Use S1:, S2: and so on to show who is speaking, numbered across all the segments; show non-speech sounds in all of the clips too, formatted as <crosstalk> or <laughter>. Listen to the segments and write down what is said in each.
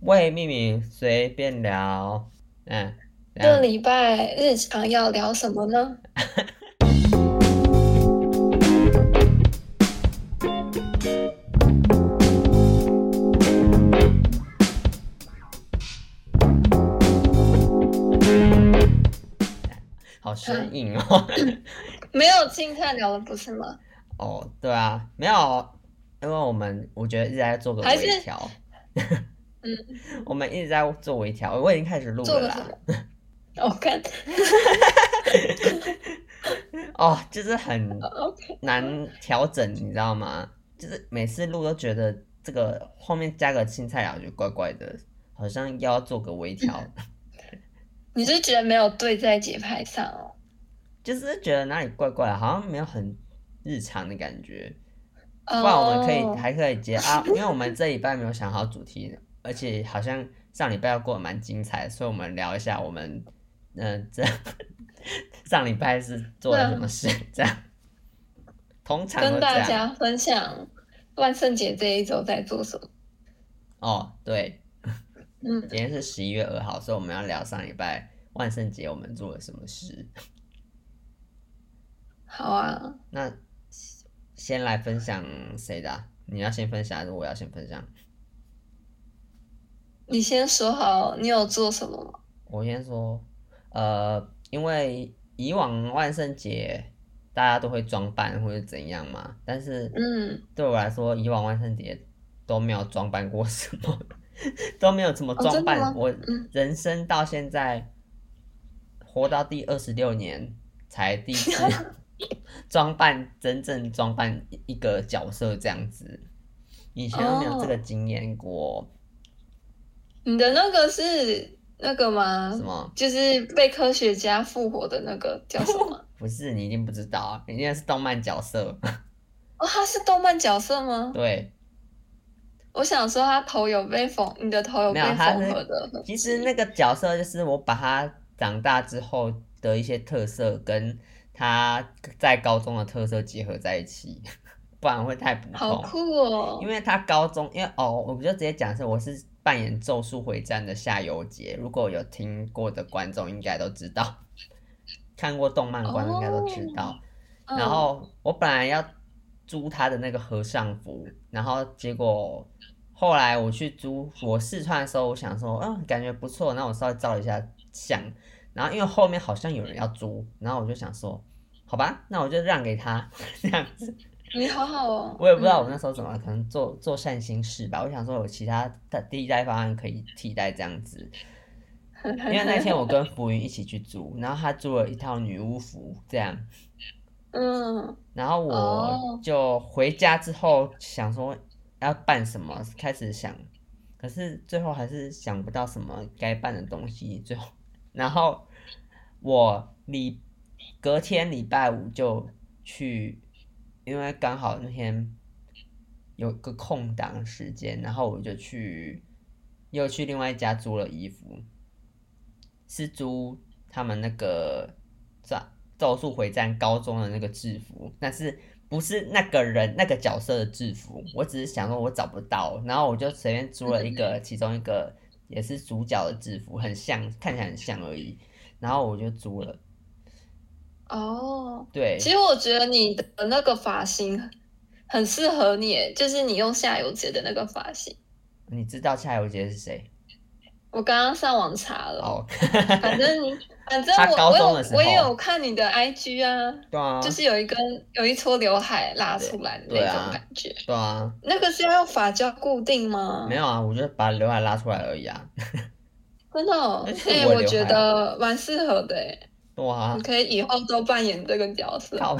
S1: 未命名随便聊。嗯，怎
S2: 这
S1: 样
S2: 礼拜日常要聊什么呢？
S1: 好生硬哦。 <laughs>
S2: 没有青菜聊了不是吗？ <laughs>
S1: 哦，对啊，没有，因为我们我觉得一直在做个
S2: 还是嗯
S1: 微调。 <laughs> 我们一直在做微调，我已经开始录
S2: 做
S1: 了
S2: 了什
S1: 啦。
S2: 么？我看
S1: 哦，就是很
S2: OK，
S1: 难调整，你知道吗？就是每次录都觉得这个后面加个青菜啊，就怪怪的，好像又要做个微
S2: <laughs>
S1: 调，
S2: 你是觉得没有对在节拍上哦？
S1: 就是觉得哪里怪怪的，好像没有很日常的感觉。
S2: 不
S1: 不然我们可
S2: 哦
S1: 以还可以接啊，因为我们这礼拜没有想好主题，而且好像上礼拜要过得蛮精彩，所以我们聊一下我们嗯、呃这上礼拜是做了什么事，这样通常都
S2: 跟
S1: 这
S2: 大
S1: 样
S2: 家分享万圣节这一周在做什么。
S1: 哦。对，
S2: 嗯，
S1: 今天是十一月二号，所以我们要聊上礼拜万圣节我们做了什么事。
S2: 好啊，
S1: 那先来分享谁的啊、你要先分享还是我要先分享？
S2: 你先说好你有做什么吗？
S1: 我先说，呃，因为以往万圣节大家都会装扮或者怎样嘛，但是
S2: 嗯，
S1: 对我来说，以往万圣节都没有装扮过什么， <laughs> 都没有怎么
S2: 哦真的
S1: 装扮。
S2: 吗
S1: 我
S2: 嗯
S1: 人生到现在，活到第二十六年，才第一
S2: <laughs>
S1: 次装扮，真正装扮一一个角色这样子，以前都没有这个经验过。
S2: 你的那个是那个吗
S1: 什？么？
S2: 就是被科学家复活的那个叫什
S1: <laughs>
S2: 么？
S1: 不是你一定不知道，你应该是动漫角色。
S2: 哦，他是动漫角色 <laughs> 吗？
S1: 对，
S2: 我想说他头有被缝，你的头有
S1: 没
S2: 被
S1: 有他
S2: 缝
S1: 是
S2: 合的痕迹。
S1: 其实那个角色就是我把他长大之后的一些特色跟他在高中的特色结合在一起， <laughs> 不然会太普
S2: 好
S1: 通。
S2: 酷哦
S1: 因！为他高中，因为哦，我就直接讲是我是扮演《咒术回战》的夏油杰，如果有听过的观众应该都知道，看过动漫的观众应该都知道。
S2: 嗯
S1: 然后我本来要租他的那个和尚服，然后结果后来我去租我试穿的时候，我想说，嗯，感觉不错，那我稍微照了一下相，然后因为后面好像有人要租，然后我就想说，好吧，那我就让给他这样子。
S2: 你好好哦，
S1: 我也不知道我那时候怎么了，可能做做善心事吧。我想说有其他的替代方案可以替代这样子，
S2: 嗯，
S1: 因为那天我跟浮云一起去租，然后他租了一套女巫服这样。
S2: 嗯，
S1: 然后我
S2: 哦
S1: 就回家之后想说要办什么，开始想，可是最后还是想不到什么该办的东西，最后，然后我礼隔天礼拜五就去，因为刚好那天有个空档时间，然后我就去又去另外一家租了衣服，是租他们那个咒咒术回战高中的那个制服，但是不是那个人那个角色的制服，我只是想说我找不到，然后我就随便租了一个其中一个也是主角的制服，很像，看起来很像而已，然后我就租了，
S2: 哦，
S1: 对，
S2: 其实我觉得你的那个发型很适合你耶，就是你用夏油杰的那个发型。
S1: 你知道夏油杰是谁？
S2: 我刚刚上网查了， <laughs>
S1: 哦，<laughs>
S2: 反正你，反正
S1: 他
S2: 我
S1: 高
S2: 我
S1: 中的时候
S2: 有我也有看你的 IG 啊，
S1: 对啊，
S2: 就是有一根有一撮刘海拉出来的那
S1: 对啊
S2: 种感觉。
S1: 对啊，
S2: 那个是要用发胶固定吗？
S1: 没有啊，我就把刘海拉出来而已啊，
S2: 真的、哦
S1: 那，是
S2: 哎、
S1: 我
S2: 我
S1: 刘
S2: 觉
S1: 海
S2: 得蛮适合的哎，
S1: 对啊
S2: 你，可以以后都扮演这个角色，
S1: 靠，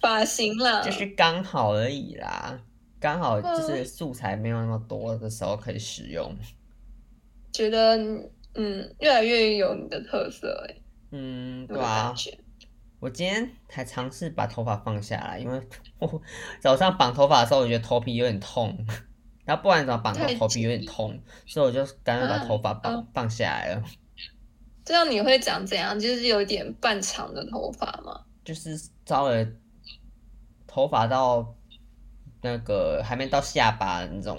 S2: 发型啦，
S1: 就是刚好而已啦，刚好就是素材没有那么多的时候可以使用。
S2: 觉得嗯越来越有你的特色哎，
S1: 嗯，
S2: 有
S1: 对
S2: 没有
S1: 啊
S2: 感，觉？
S1: 我今天还尝试把头发放下来，因为我早上绑头发的时候，我觉得头皮有点痛，然后不然怎么绑到
S2: 太
S1: 头皮有点痛，所以我就干脆把
S2: 啊
S1: 头发绑、
S2: 哦
S1: 放下来了，
S2: 这样你会长怎样？就是有一点半长的头发吗？
S1: 就是稍微头发到那个还没到下巴那种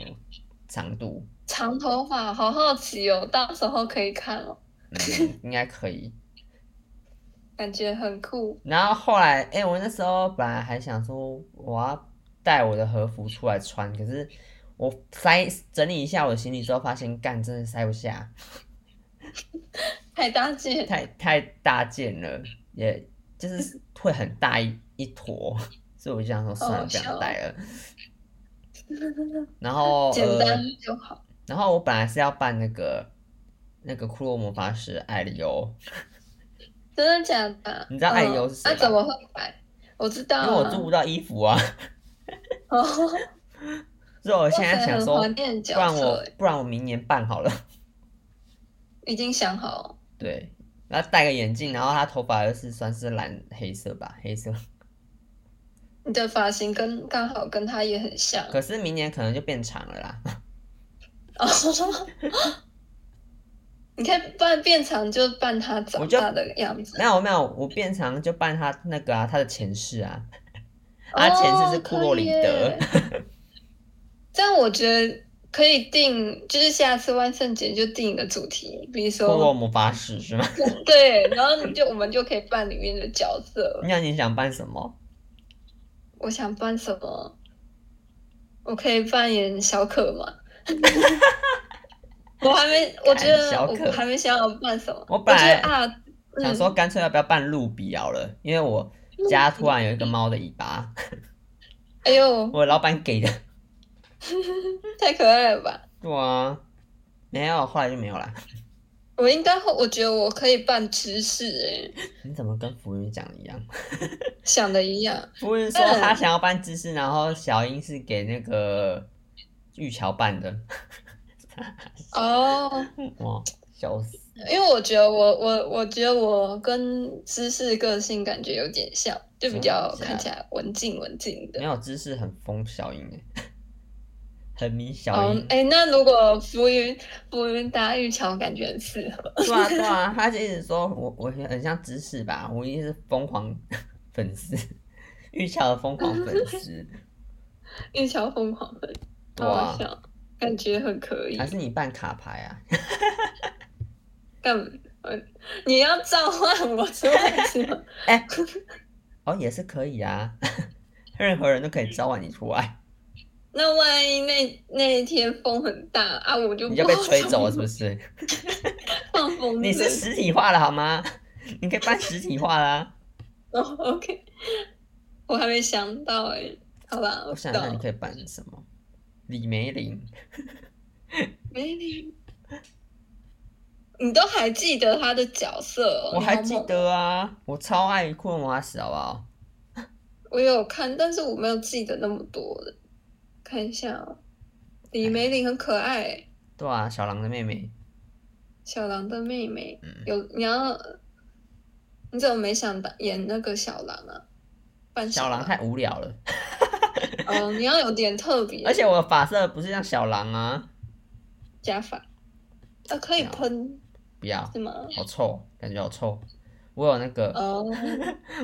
S1: 长度，
S2: 长头发，好好奇哦，到时候可以看哦，
S1: <laughs> 嗯，应该可以。
S2: 感觉很酷。
S1: 然后后来，哎、我那时候本来还想说我要带我的和服出来穿，可是我塞整理一下我的行李之后，发现干真的塞不下，
S2: 太大件，
S1: 太太大件了，也就是会很大一一坨，所以我就想说算了，
S2: 好
S1: 不想
S2: 笑
S1: 带了。然
S2: <laughs>
S1: 后
S2: 简单
S1: 呃，
S2: 就好。
S1: 然后我本来是要办那个那个骷髅魔法师艾利欧，
S2: 真的假的？
S1: 你知道
S2: 嗯
S1: 艾优是谁
S2: 那
S1: 吧
S2: 怎么会摆？我知道
S1: 因
S2: 啊。
S1: 为我
S2: <laughs>
S1: 租不到衣服啊， <laughs>
S2: 哦，
S1: 所以我
S2: 我
S1: 现在想说
S2: 很怀，念
S1: 不
S2: 角
S1: 然
S2: 色
S1: 我
S2: 欸，
S1: 不然我明年办好了。
S2: 已经想好了。
S1: 对，然后戴个眼镜，然后他头发又是算是蓝黑色吧，黑色。 <laughs>
S2: 你的发型跟刚好跟他也很像
S1: 可是明年可能就变长了啦。 <laughs>
S2: 哦。 <laughs> 你可以扮变长，就扮他
S1: 我
S2: 长
S1: 就
S2: 大的样子。
S1: 没有没有，我变长就扮他那个啊，他的前世啊，他前世是库洛里德
S2: 哦。可以耶这样我觉得可以定，就是下次万圣节就定一个主题，比如
S1: <laughs> 库洛
S2: 说
S1: 魔法使是吗？ <laughs>
S2: 对，然后你就我们就可以扮里面的角色。
S1: 那你想扮什么？
S2: 我想扮什么？我可以扮演小可
S1: <laughs>
S2: 吗？我还没，我觉
S1: 干
S2: 得
S1: 小可
S2: 我还没想好扮什么。
S1: 我
S2: 我
S1: 本来
S2: 觉得啊，嗯
S1: 想说干脆要不要扮露比好了，因为我家突然有一个猫的尾巴，
S2: 哎呦，
S1: <laughs> 我老板给的。
S2: 太可爱了吧！
S1: 对啊，没有，后来就没有啦。
S2: 我应该会，我觉得我可以扮芝士哎、
S1: 你怎么跟浮云讲的一样？
S2: 想的一样。
S1: 不是说他想要办知识，然后小英是给那个玉桥办的，
S2: 哦、
S1: 哇，笑死！
S2: 因为我觉得我我我觉得我跟芝士个性感觉有点像，就比较
S1: 真的假的
S2: 看起来文静文静的
S1: 没。有知识很疯小英哎， <laughs> 很迷小
S2: 嗯
S1: 英，。
S2: 哎、那如果浮云浮云搭玉桥，感觉很适合。
S1: 对啊对啊，他就一直说我我很像知识吧，我一定是疯狂粉丝， <laughs> 玉桥的疯狂粉丝。
S2: 玉桥疯狂的，
S1: 对
S2: 好
S1: 啊
S2: 好笑，感觉很可以
S1: 还。是你办卡牌啊？
S2: 干嘛，呃你要召唤我出来是吗？ <laughs>
S1: 哦，也是可以啊， <laughs> 任何人都可以召唤你出来，
S2: 那万一那那一天风很大啊，我就
S1: 你
S2: 不
S1: 就被
S2: 好
S1: 吹走了是不
S2: <laughs>
S1: 是？
S2: 放风
S1: 你是
S2: 筝
S1: 实体化的好吗？ <laughs> 你可以办实体化啦、
S2: <laughs> 哦，OK，我还没想到哎、好吧，
S1: 我
S2: 我
S1: 想
S2: 知
S1: 一下，
S2: 道
S1: 你可以扮什么？李梅玲，
S2: Maybe 你都还记得他的角色哦、
S1: 我还记
S2: 你好猛，
S1: 得啊，我超爱库洛魔法使，好不好？
S2: 我有看，但是我没有记得那么多的。看一下哦、
S1: 哎
S2: 李梅玲很可爱、
S1: 对啊，小狼的妹妹，
S2: 小狼的妹妹。
S1: 嗯
S2: 有你要，你怎么没想到演那个小狼啊？扮
S1: 小狼
S2: 狼
S1: 太无聊了，
S2: 哦，你要有点特别，
S1: 而且我的发色不是像小狼啊，
S2: 加法，啊，可以
S1: 要
S2: 喷
S1: 不要，
S2: 是吗？
S1: 好臭，感觉好臭。我有那个，
S2: 哦，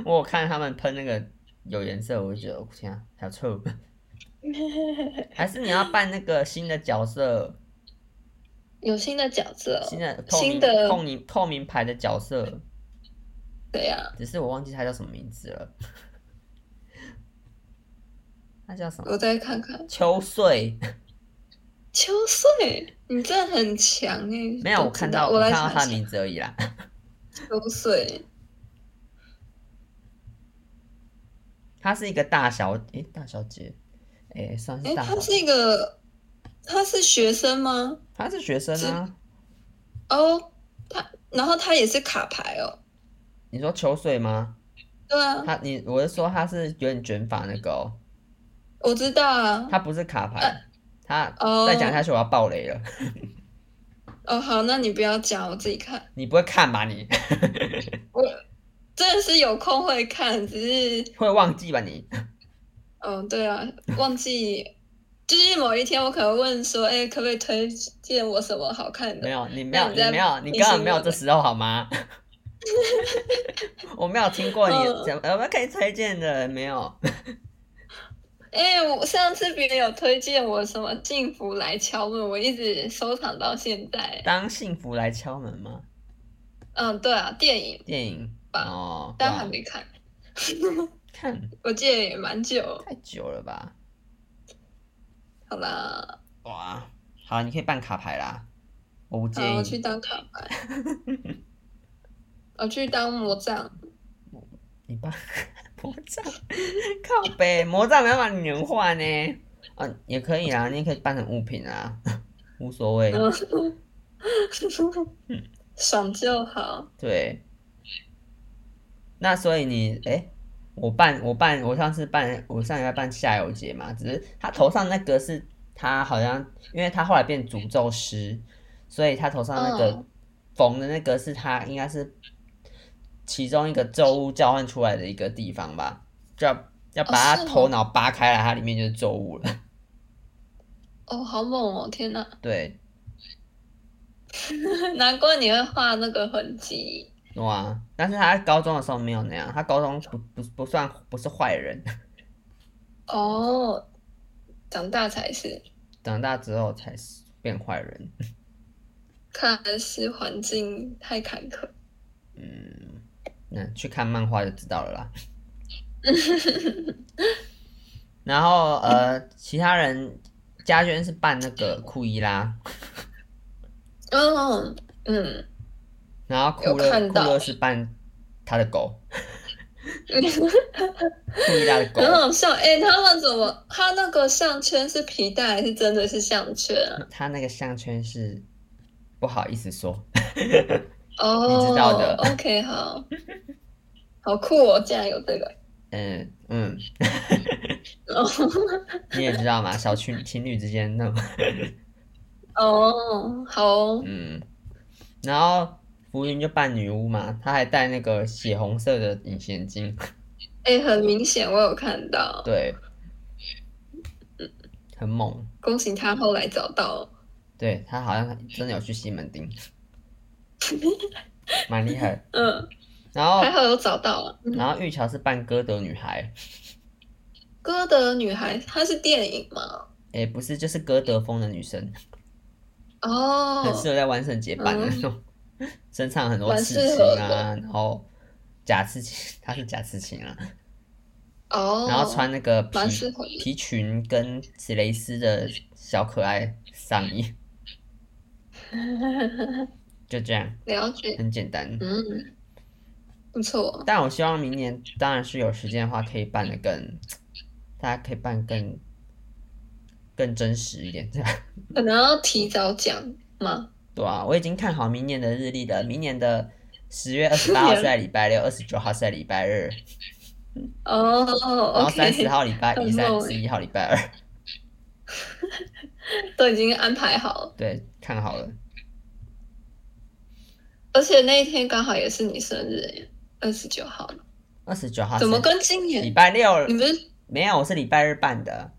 S1: 我有看他们喷那个有颜色，我就觉得，哦天啊，好臭。还是你要扮那个新的角色，
S2: 有新的角色哦，
S1: 新的透明
S2: 新的
S1: 透明透明牌的角色，
S2: 对啊呀，
S1: 只是我忘记他叫什么名字了。他叫什么？
S2: 我再看看。
S1: 秋
S2: <laughs>
S1: 穗
S2: 秋穗，你真的很强哎！
S1: 没有，
S2: 都
S1: 我
S2: 知
S1: 看
S2: 道
S1: 到
S2: 我来
S1: 看到
S2: 查
S1: 他
S2: 一
S1: 的
S2: 下
S1: 名字而已啦。
S2: 秋穗，
S1: 她是一个大小，诶、大小姐，诶、算
S2: 哎，
S1: 是大
S2: 他
S1: 小
S2: 是一个，他是学生吗？
S1: 她是学生啊。
S2: 哦，他，然后他也是卡牌哦，
S1: 你说秋穗吗？
S2: 对啊，
S1: 她你我是说她是有点卷发那个哦，
S2: 我知道啊。
S1: 她不是卡牌，她
S2: 哦，
S1: 再讲下去我要爆雷了。
S2: 哦，好，那你不要讲，我自己看。
S1: 你不会看吧你？ <laughs>
S2: 真的是有空会看，只是，
S1: 会忘记吧你？
S2: 嗯，对啊，
S1: <laughs>
S2: 忘记，就是某一天我可能问说，哎，可不可以推荐我什么好看
S1: 没
S2: 的？
S1: 有，你没有，
S2: 那你
S1: 你
S2: 在
S1: 没有，你
S2: 提
S1: 根本
S2: 醒
S1: 没有
S2: 我
S1: 这时候好吗？ <laughs> 我没有听过你呃
S2: 嗯
S1: 怎么，我们可以推荐的没有？
S2: 哎、我上次别人有推荐我什么《幸福来敲门》，我一直收藏到现在。
S1: 当幸福来敲门吗？
S2: 嗯，对啊，电影，
S1: 电影
S2: 吧
S1: 哦，
S2: 但
S1: 哇
S2: 还没看，
S1: 看
S2: 我记得也蛮久。
S1: 太久了吧？
S2: 好啦，
S1: 哇，好，你可以办卡牌啦，我不介
S2: 好，嗯我去
S1: 意。
S2: 当卡牌，我去当魔杖。
S1: 你办魔杖，靠背魔杖没办法年化呢。嗯、也可以啦，你也可以办成物品啊，无所谓。
S2: 嗯爽就好。
S1: 对，那所以你哎、我办我办我上次办我上礼拜办夏油节嘛，只是他头上那个是他好像，因为他后来变诅咒师，所以他头上那个
S2: 嗯
S1: 缝的那个是他应该是其中一个咒物交换出来的一个地方吧，就要要把他
S2: 是哦
S1: 头脑扒开来，它里面就是咒物
S2: <laughs>
S1: 了。
S2: 哦，好猛哦！天哪， <laughs>
S1: 对，
S2: 难怪你会画那个痕迹。
S1: 哇！啊但是他高中的时候没有那样，他高中不不不算不是坏人，
S2: 哦，长大才是，
S1: 长大之后才是变坏人。
S2: 看来是环境太坎坷。
S1: 嗯，那去看漫画就知道了啦。
S2: <laughs>
S1: 然后呃，其他人家娟是扮那个库伊拉，
S2: 嗯嗯，
S1: 然后库
S2: 有
S1: 勒
S2: 看
S1: 库
S2: 到
S1: 勒是扮他的狗，
S2: <laughs>
S1: 库伊拉的狗
S2: 很，好笑。哎、他们怎么？他那个项圈是皮带还是真的是项圈啊？
S1: 他那个项圈是不好意思说，
S2: 哦，
S1: 你知道的
S2: OK，好，好酷哦！竟然有这个。
S1: 嗯嗯，
S2: 哦
S1: <laughs> 你也知道嘛，小情情侣之间那种，
S2: 哦，好哦
S1: 嗯，然后浮云就扮女巫嘛，她还戴那个血红色的隐形眼镜。
S2: 哎、很明显我有看到，
S1: 对，很猛。
S2: 恭喜他后来找到。
S1: 哦对他好像真的有去西门町，蛮厉害的。
S2: 嗯，
S1: 然后，
S2: 还好有找到啊。嗯
S1: 然后玉桥是扮歌德女孩，
S2: 歌德女孩，她是电影吗？
S1: 诶，不是，就是歌德风的女生，
S2: 哦嗯
S1: 很，适合在万圣节扮的那种， <laughs> 身上很多
S2: 蛮
S1: 刺
S2: 适
S1: 青
S2: 合
S1: 啊，然后假刺青，她是假刺青啊，
S2: 哦，
S1: 然后穿那个皮
S2: 蛮适合的
S1: 皮裙跟史蕾斯的小可爱上衣，就这样，
S2: 了解，
S1: 很简单。
S2: 嗯，不错，
S1: 但我希望明年当然是有时间的话，可以办的更，大家可以办更更真实一点，这样
S2: 可能要提早讲吗？
S1: 对啊，我已经看好明年的日历了，明年的十月二十八号是在礼拜六，二十九号是在礼拜日，
S2: 哦
S1: 然后三十
S2: ，OK，
S1: 号礼拜一、
S2: 很
S1: 三
S2: 猛
S1: 十
S2: 欸
S1: 一号礼拜二，
S2: 都已经安排好了，
S1: 对，看好了，
S2: 而且那一天刚好也是你生日耶，二十九号，
S1: 二十九号
S2: 怎么
S1: 是
S2: 跟今
S1: 礼
S2: 年？
S1: 拜六
S2: 你不是
S1: 没有，我是礼拜日办的，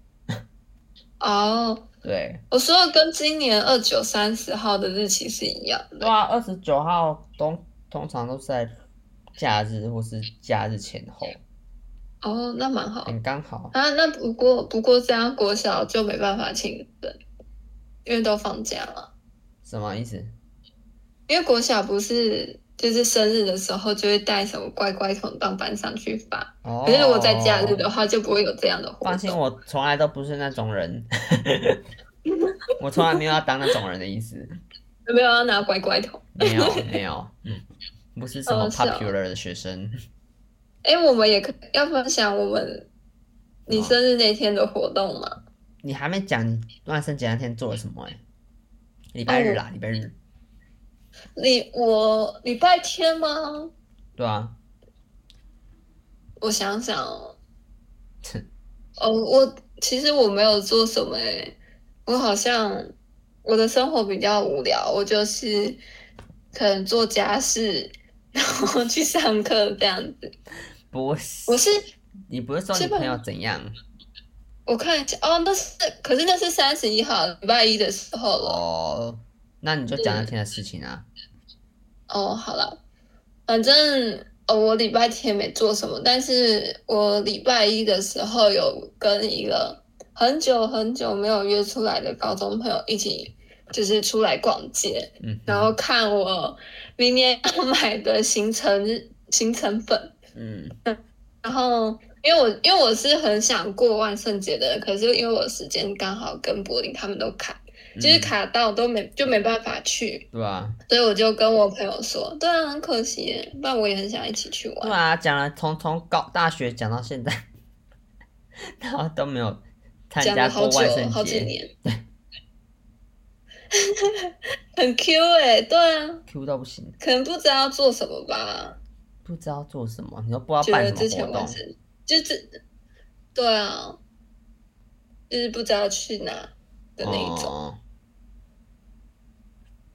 S2: 哦？
S1: 对，
S2: 我说的跟今年二九三十号的日期是一样
S1: 对
S2: 的。
S1: 啊，二十九号通通常都是在假日或是假日前后，
S2: 哦，那蛮好的。
S1: 很刚好。
S2: 啊，那不过不过这样国小就没办法庆生，因为都放假了。
S1: 什么意思？
S2: 因为国小不是就是生日的时候就会带什么乖乖桶到班上去发，
S1: 哦，
S2: 可是如果在假日的话就不会有这样的活动。
S1: 放心，我从来都不是那种人， <laughs> 我从来没有要当那种人的意思，
S2: 有没有要拿乖乖桶？
S1: 没
S2: <laughs>
S1: 有没有，嗯，不是什么
S2: 哦是哦
S1: popular 的学生。
S2: 哎，我们也可要分享我们你
S1: 哦
S2: 生日那天的活动吗？
S1: 你还没讲你万圣节那天做了什么哎、礼拜
S2: 哦
S1: 日啦，礼拜日，
S2: 你我礼拜天吗？
S1: 对啊， <laughs>
S2: 我想想哦，哦，我其实我没有做什么诶，我好像我的生活比较无聊，我就是可能做家事，然后去上课这样子。
S1: 不是
S2: 我，是
S1: 你不是说
S2: 基
S1: 你
S2: 本
S1: 朋友怎样？
S2: 我看一下哦，那是可是那是三十一号礼拜一的时候了。
S1: 哦，那你就讲那天的事情啊。
S2: 哦，好了，反正。哦，我礼拜天没做什么，但是我礼拜一的时候有跟一个很久很久没有约出来的高中朋友一起，就是出来逛街，
S1: 嗯哼，
S2: 然后看我明年要买的行程行程本，
S1: 嗯
S2: 然后，因为我因为我是很想过万圣节的，可是因为我时间刚好跟柏林他们都卡，就是
S1: 嗯
S2: 卡到都没就没办法去，
S1: 对啊，
S2: 所以我就跟我朋友说，对啊，很可惜耶，不然我也很想一起去
S1: 对
S2: 玩。
S1: 啊，讲了从从高大学讲到现在， <laughs> 然后都没有参
S2: 讲
S1: 加
S2: 了
S1: 过
S2: 好久
S1: 万圣
S2: 好
S1: 节
S2: 几年， <laughs> 很 Q 哎、对啊，
S1: ，Q 到不行，
S2: 可能不知道要做什么吧，
S1: 不知道做什么，你都不知道
S2: 觉
S1: 办什
S2: 得之
S1: 么
S2: 前
S1: 活
S2: 万
S1: 动
S2: 圣，就这，对啊，就是不知道去哪的那一种。
S1: 哦，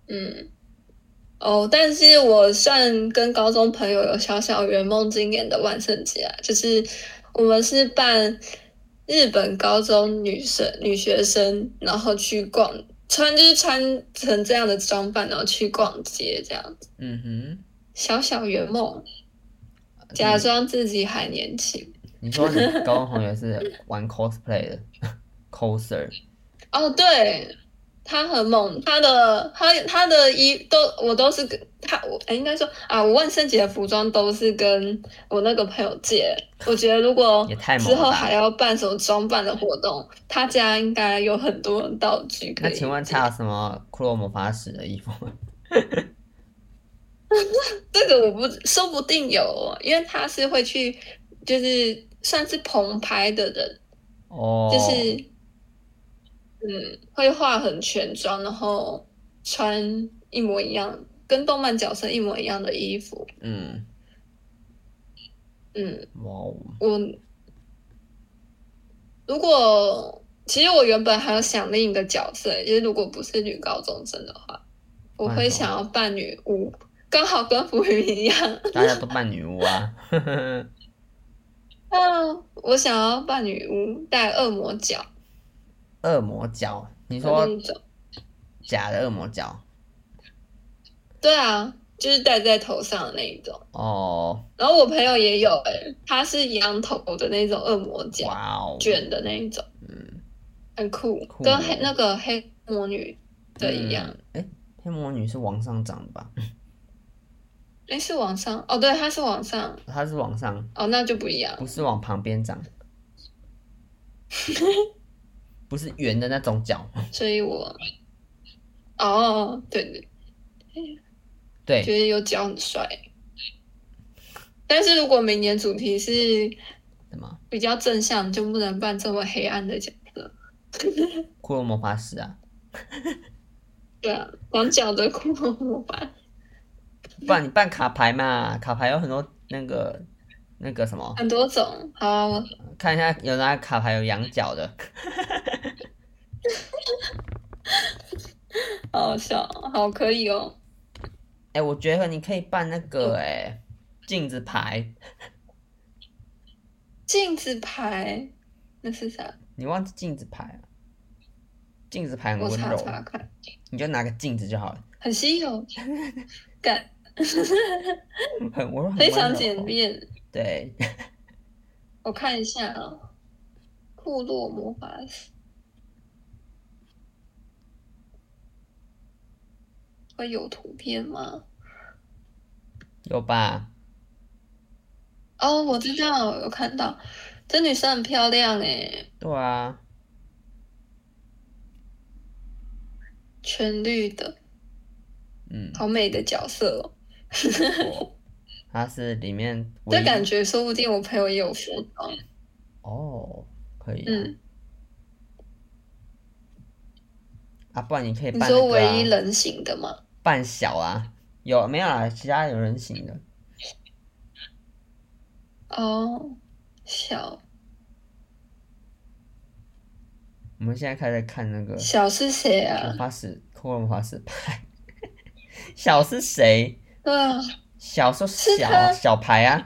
S2: 嗯，哦，但是我算跟高中朋友有小小圆梦今年的万圣节啊，就是我们是扮日本高中女生女学生，然后去逛，穿就是穿成这样的装扮，然后去逛街这样子，
S1: 嗯
S2: 小小圆梦，
S1: 哼，
S2: 假装自己还年轻。
S1: 你说你高中同学是玩 cosplay 的 coser，
S2: 哦，对，他很猛，他的他他的衣都我都是跟他我哎应该说啊，我万圣节的服装都是跟我那个朋友借。我觉得如果
S1: 也太猛
S2: 之
S1: 了
S2: 后
S1: 吧
S2: 还要办什么装扮的活动，他家应该有很多道具 <laughs> 可
S1: 那
S2: 以借。
S1: 请问他有什么骷髅魔法使的衣服吗？
S2: 这个我不说不定有哦，因为他是会去就是算是棚拍的人，
S1: 哦，
S2: 就是，嗯，会化很全妆，然后穿一模一样，跟动漫角色一模一样的衣服。
S1: 嗯，
S2: 嗯，
S1: 哇哦，
S2: 我如果其实我原本还有想另一个角色，就是如果不是女高中生的话，我
S1: 扮
S2: 会
S1: 什么
S2: 想要扮女巫，刚好跟浮云一样。 <laughs>
S1: 大家都扮女巫啊，
S2: 嗯，我想要扮女巫，戴恶魔角
S1: 恶魔角，你
S2: 的
S1: 说
S2: 那种。
S1: 假的恶魔角
S2: 对啊，就是戴在头上的那一种。
S1: 哦，
S2: 然后我朋友也有、欸，他是羊头的那种恶魔角
S1: 哇哦，
S2: 卷的那一种，
S1: 嗯，
S2: 很酷，
S1: 酷
S2: 跟黑那个黑魔女的一样。
S1: 嗯，哎、黑魔女是往上长的吧？ <laughs>
S2: 诶，是往上哦，对，它是往上
S1: 它是往上，
S2: 哦，那就不一样。
S1: 不是往旁边
S2: <laughs>
S1: 长，不是圆的那种角，
S2: 所以我哦，对对，
S1: 对，
S2: 觉得有脚很帅。但是如果明年主题是
S1: 什么
S2: 比较正向，就不能扮这么黑暗的角色。
S1: 骷髅魔法使啊？
S2: 对啊，两脚的骷髅魔法，
S1: 不然你办卡牌嘛，卡牌有很多那个那个什么，
S2: 很多种。好啊，我
S1: 看一下有哪卡牌有羊角的， <laughs>
S2: 好好笑，好可以哦。
S1: 哎、我觉得你可以办那个哎、诶
S2: 嗯
S1: 镜子牌，
S2: 镜子牌，那是啥？
S1: 你忘记镜子牌了？镜子牌很
S2: 我
S1: 温
S2: 查
S1: 柔，
S2: 查看，
S1: 你就拿个镜子就好了，
S2: 很稀有，感
S1: 很温柔，很
S2: 非
S1: 温
S2: 常
S1: 柔哦
S2: 简便。
S1: 对， <laughs>
S2: 我看一下啊、库洛魔法使会有图片吗？
S1: 有吧？
S2: 哦，我知道，有看到，这女生很漂亮欸诶，
S1: 对啊，
S2: 全绿的，
S1: 嗯，
S2: 好美的角色哦。
S1: 我它是里面唯
S2: 这
S1: 一
S2: 感觉说不定我朋友也有服装，
S1: 哦，可以啊，
S2: 嗯，
S1: 啊，不然你可以
S2: 你
S1: 办、那个啊、
S2: 说唯一人形的吗？
S1: 扮小啊，有没有啊？其他有人形的，
S2: 哦，小
S1: 我们现在开始看那个
S2: 小是谁啊
S1: 魔？法使，骷髅魔法使牌， <laughs> 小是谁？
S2: 对啊，
S1: 小说
S2: 是
S1: 小
S2: 他
S1: 小牌啊，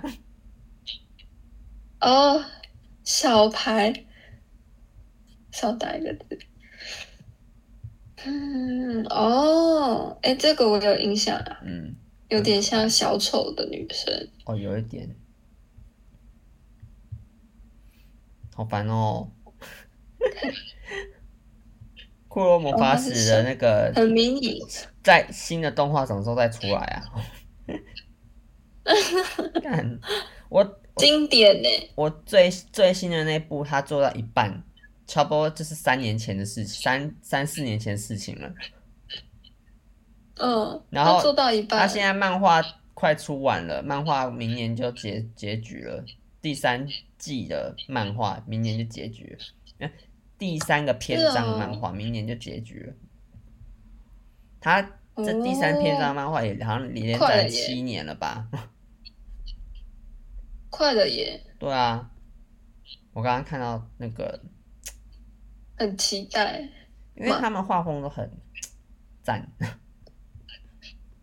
S2: 哦，小牌，少打一个字。嗯，哦，哎，这个我有印象啊，
S1: 嗯，
S2: 有点像小丑的女生。
S1: 哦，有一点，好烦哦。库洛魔法使的那个
S2: 很迷你，
S1: 在新的动画什么时候再出来啊？干我
S2: 经典呢、
S1: 我最最新的那部，他做到一半，差不多就是三年前的事情，三三四年前的事情了。
S2: 嗯，
S1: 然后
S2: 他做到一
S1: 他
S2: 半，
S1: 现在漫画快出完了，漫画明年就结结局了，第三季的漫画明年就结局了，呃第三个篇章的漫画明年就结局了。他这第三篇章
S2: 哦
S1: 的漫画也好像连
S2: 快
S1: 载
S2: 了耶
S1: 七年了吧？ <laughs>
S2: 快了耶，
S1: 对啊，我刚刚看到那个，
S2: 很期待
S1: 因为他们画风都很赞。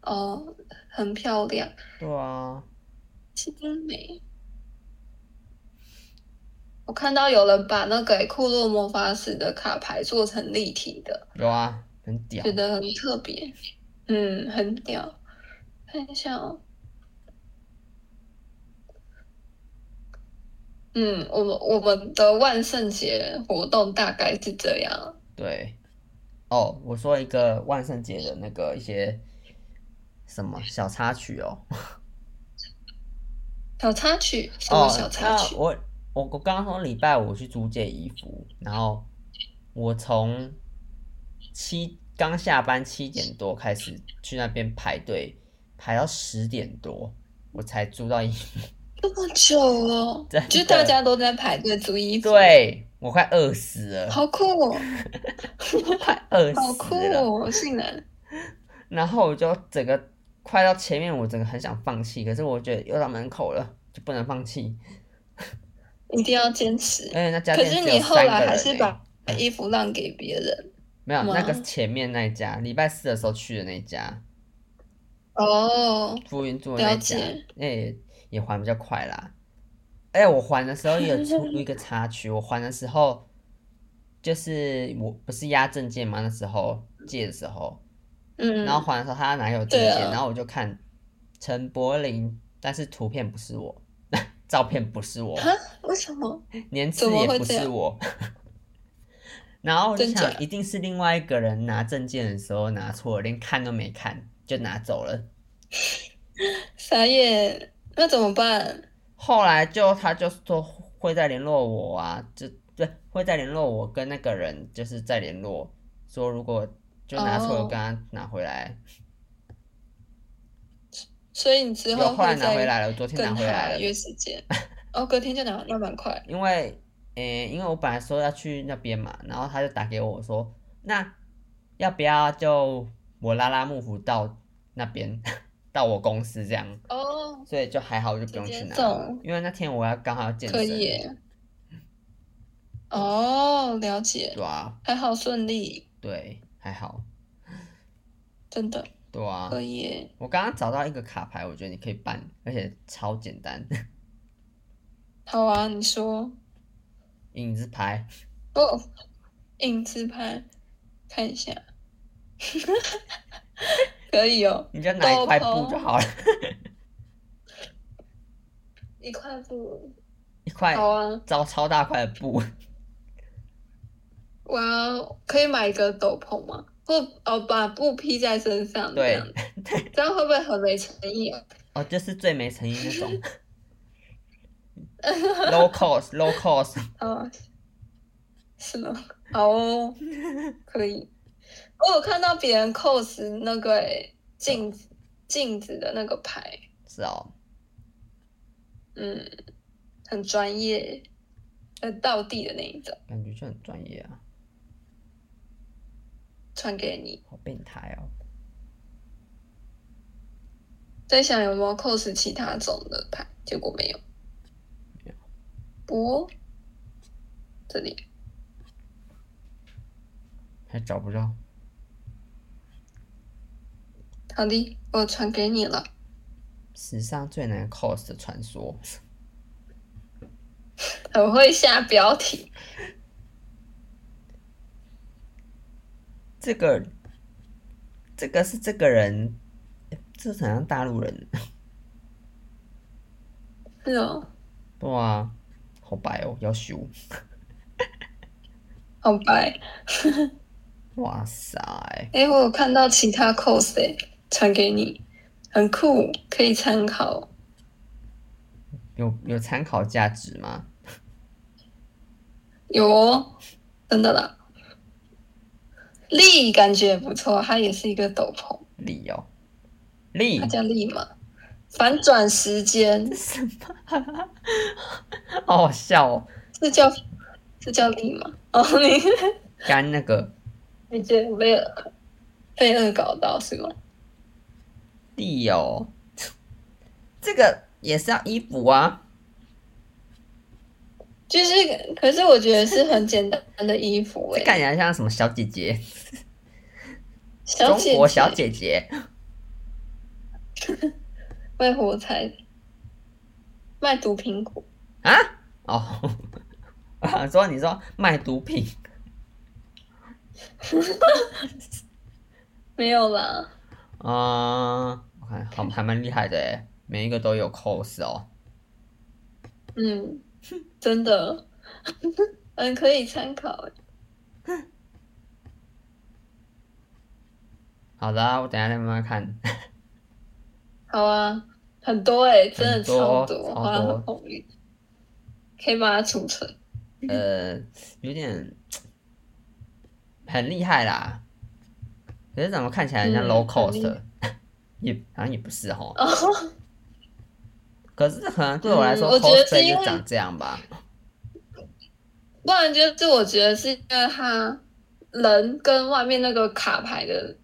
S2: 哦，很漂亮，
S1: 对啊，
S2: 精美。我看到有人把那个库洛魔法使的卡牌做成立体的，
S1: 有啊，很屌
S2: 觉。得很特别，嗯，很屌。看一下哦，嗯，我们我们的万圣节活动大概是这样，
S1: 对，哦，我说一个万圣节的那个一些什么小插曲哦。
S2: 小插曲，什么
S1: 哦，
S2: 小插曲？
S1: 那我我我刚刚说礼拜五去租借衣服，然后我从七刚下班七点多开始去那边排队，排到十点多，我才租到衣服。
S2: 这么久哦
S1: 真的，
S2: 就是大家都在排队租衣服，，
S1: 对我快饿死了，
S2: 好酷哦，
S1: 快饿
S2: 好酷
S1: 死了。
S2: 哦，竟然，
S1: 然后我就整个快到前面，我整个很想放弃，可是我觉得又到门口了，就不能放弃。
S2: 一定要坚持。
S1: 而且那家
S2: 可
S1: 店
S2: 是
S1: 只有
S2: 你后
S1: 三个
S2: 来
S1: 人、
S2: 还是
S1: 欸，
S2: 把衣服让给别人
S1: 没有
S2: 吗
S1: 那个是前面那一家，礼拜四的时候去的那一家，
S2: 哦，
S1: 浮云住的那一家
S2: 了解，
S1: 哎、也还比较快啦。哎、我还的时候也有出一个插曲，我还的时候就是我不是押证件吗？那时候借的时候，
S2: 嗯，
S1: 然后还的时候他哪有证
S2: 对
S1: 件，
S2: 啊
S1: 然后我就看陈柏霖，但是图片不是我， <laughs> 照片不是我。
S2: 哈，为什么？
S1: 年次
S2: 怎么
S1: 也
S2: 会
S1: 不
S2: 这
S1: 是
S2: 样
S1: 我。 <laughs> 然后我就
S2: 真假
S1: 想，一定是另外一个人拿证件的时候拿错了，连看都没看就拿走了。
S2: 傻眼，那怎么办？
S1: 后来就他就说会再联络我啊，就对，会再联络我跟那个人，就是再联络，说如果就拿错了，
S2: 哦
S1: 跟他拿回来。
S2: 所以你之
S1: 有
S2: 后
S1: 后来
S2: 会
S1: 拿回
S2: 再
S1: 来了，昨天拿
S2: 跟
S1: 回
S2: 他
S1: 来了，
S2: 约时间。哦，隔天就拿，那蛮快。
S1: 因为，诶、因为我本来说要去那边嘛，然后他就打给我说，那要不要就我拉拉幕府到那边， <laughs> 到我公司这样，
S2: 哦，
S1: 所以就还好，我就不用去拿
S2: 直接走，
S1: 因为那天我要刚好要健身，
S2: 可以耶。哦，了解，
S1: 对啊，
S2: 还好顺利，
S1: 对，还好，
S2: 真的
S1: 对啊
S2: 可，以耶。
S1: 我刚刚找到一个卡牌，我觉得你可以办，而且超简单， <laughs>
S2: 好啊，你说。
S1: 影子牌，
S2: 哦，影子牌，看一下， <laughs> 可以哦，
S1: 你就拿一块
S2: 豆
S1: 布
S2: 蔻
S1: 就好了，
S2: 一块布，
S1: 一块
S2: 好啊，
S1: 超超大块的布，
S2: 我要可以买一个斗篷吗？或哦，把布披在身上，这
S1: 对
S2: 样，这样会不会很没诚意啊？
S1: 哦，就是最没诚意那种 <laughs> ，low cost low cost，
S2: 啊，是吗？好哦，可以。哦我有看到别人 cos 那个欸镜子镜子的那个牌，
S1: 是哦，
S2: 嗯，很专业，呃，到地的那一种，
S1: 感觉就很专业啊，
S2: 传给你。
S1: 好变态哦。
S2: 在想有没有 cos 其他种的牌，结果没有。不，哦这里
S1: 还找不到，
S2: 好的，我传给你了。
S1: 史上最难 cos 的传说，
S2: 很会下标题，
S1: 这个这个是这个人这很像大陆人，
S2: 是哦，
S1: 对啊，好白哦，要修，
S2: 好白。
S1: 哇塞，
S2: 诶，我有看到其他 cos 诶，传给你，很酷，可以参考。
S1: 有有参考价值吗？
S2: 有哦，真的啦。丽感觉也不错，它也是一个斗篷，
S1: 力哦，力
S2: 它
S1: 嗯
S2: 叫丽嘛。反转时间
S1: 什么啊？ <laughs> 好好笑哦，
S2: 是叫是叫丽吗？哦，你
S1: 干那个
S2: 你觉得被被恶搞到是吗？
S1: 力哦，这个也是要衣服啊，
S2: 就是，可是我觉得是很简单的衣服欸
S1: 这
S2: 诶、
S1: 看起来像什么小姐姐，
S2: 小姐
S1: 中国
S2: 姐
S1: 小姐姐。
S2: 卖火柴，卖毒苹果，
S1: 啊？哦， <laughs> 啊，说你说卖毒品，
S2: 没有啦。
S1: 啊、我看好还蛮厉害的诶，每一个都有 cos 哦。 <laughs>
S2: 嗯，真的，嗯，可以参考欸。
S1: 好的啊，我等一下再慢慢看，
S2: 好啊，很多哎、真的
S1: 很多
S2: 超多，
S1: 超
S2: 花
S1: 多
S2: 很红利，可以把它储存。
S1: 呃，有点很厉害啦，可是怎么看起来很像
S2: 嗯
S1: low
S2: 很
S1: cost，
S2: 厉
S1: 的、 <laughs> 也好像也不是哦。
S2: 哦，
S1: 可是可能对我来说、
S2: 嗯我
S1: c
S2: 觉
S1: o
S2: 得
S1: s
S2: 是
S1: p
S2: 因为
S1: 就长这样
S2: <laughs>
S1: 吧。
S2: 不然就是我觉得是因为它人跟外面那个卡牌的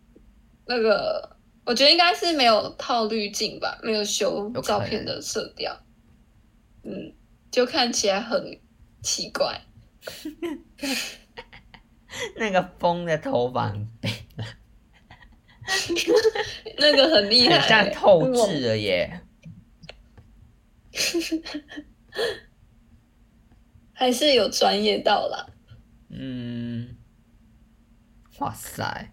S2: 那个，我觉得应该是没有套滤镜吧，没有修
S1: 有可能
S2: 照片的色调，嗯，就看起来很奇怪。
S1: 那个风的头发很
S2: 那个很厉害、
S1: 很像透
S2: 那种
S1: 支了耶。
S2: 还是有专业到啦。 <laughs>
S1: 嗯，哇塞，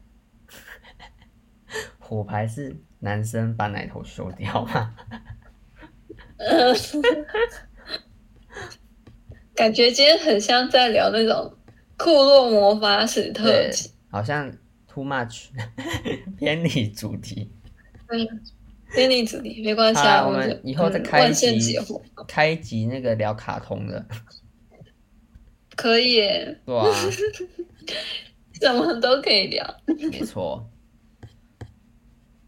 S1: <laughs> 虎牌是男生把奶头修掉
S2: <laughs>
S1: 吗？
S2: 呃感觉今天很像在聊那种库洛魔法史特
S1: 对
S2: 辑，
S1: 好像 too much，偏离主题。
S2: 非你主题没关系
S1: 好啦
S2: 啊，
S1: 我
S2: 们
S1: 们
S2: 就
S1: 以后再
S2: 嗯
S1: 开一
S2: 万圣
S1: 集
S2: 节活，
S1: 开一集那个聊卡通的，
S2: 可以耶，
S1: 对
S2: <laughs>
S1: 啊，
S2: 什么都可以聊。
S1: 没错。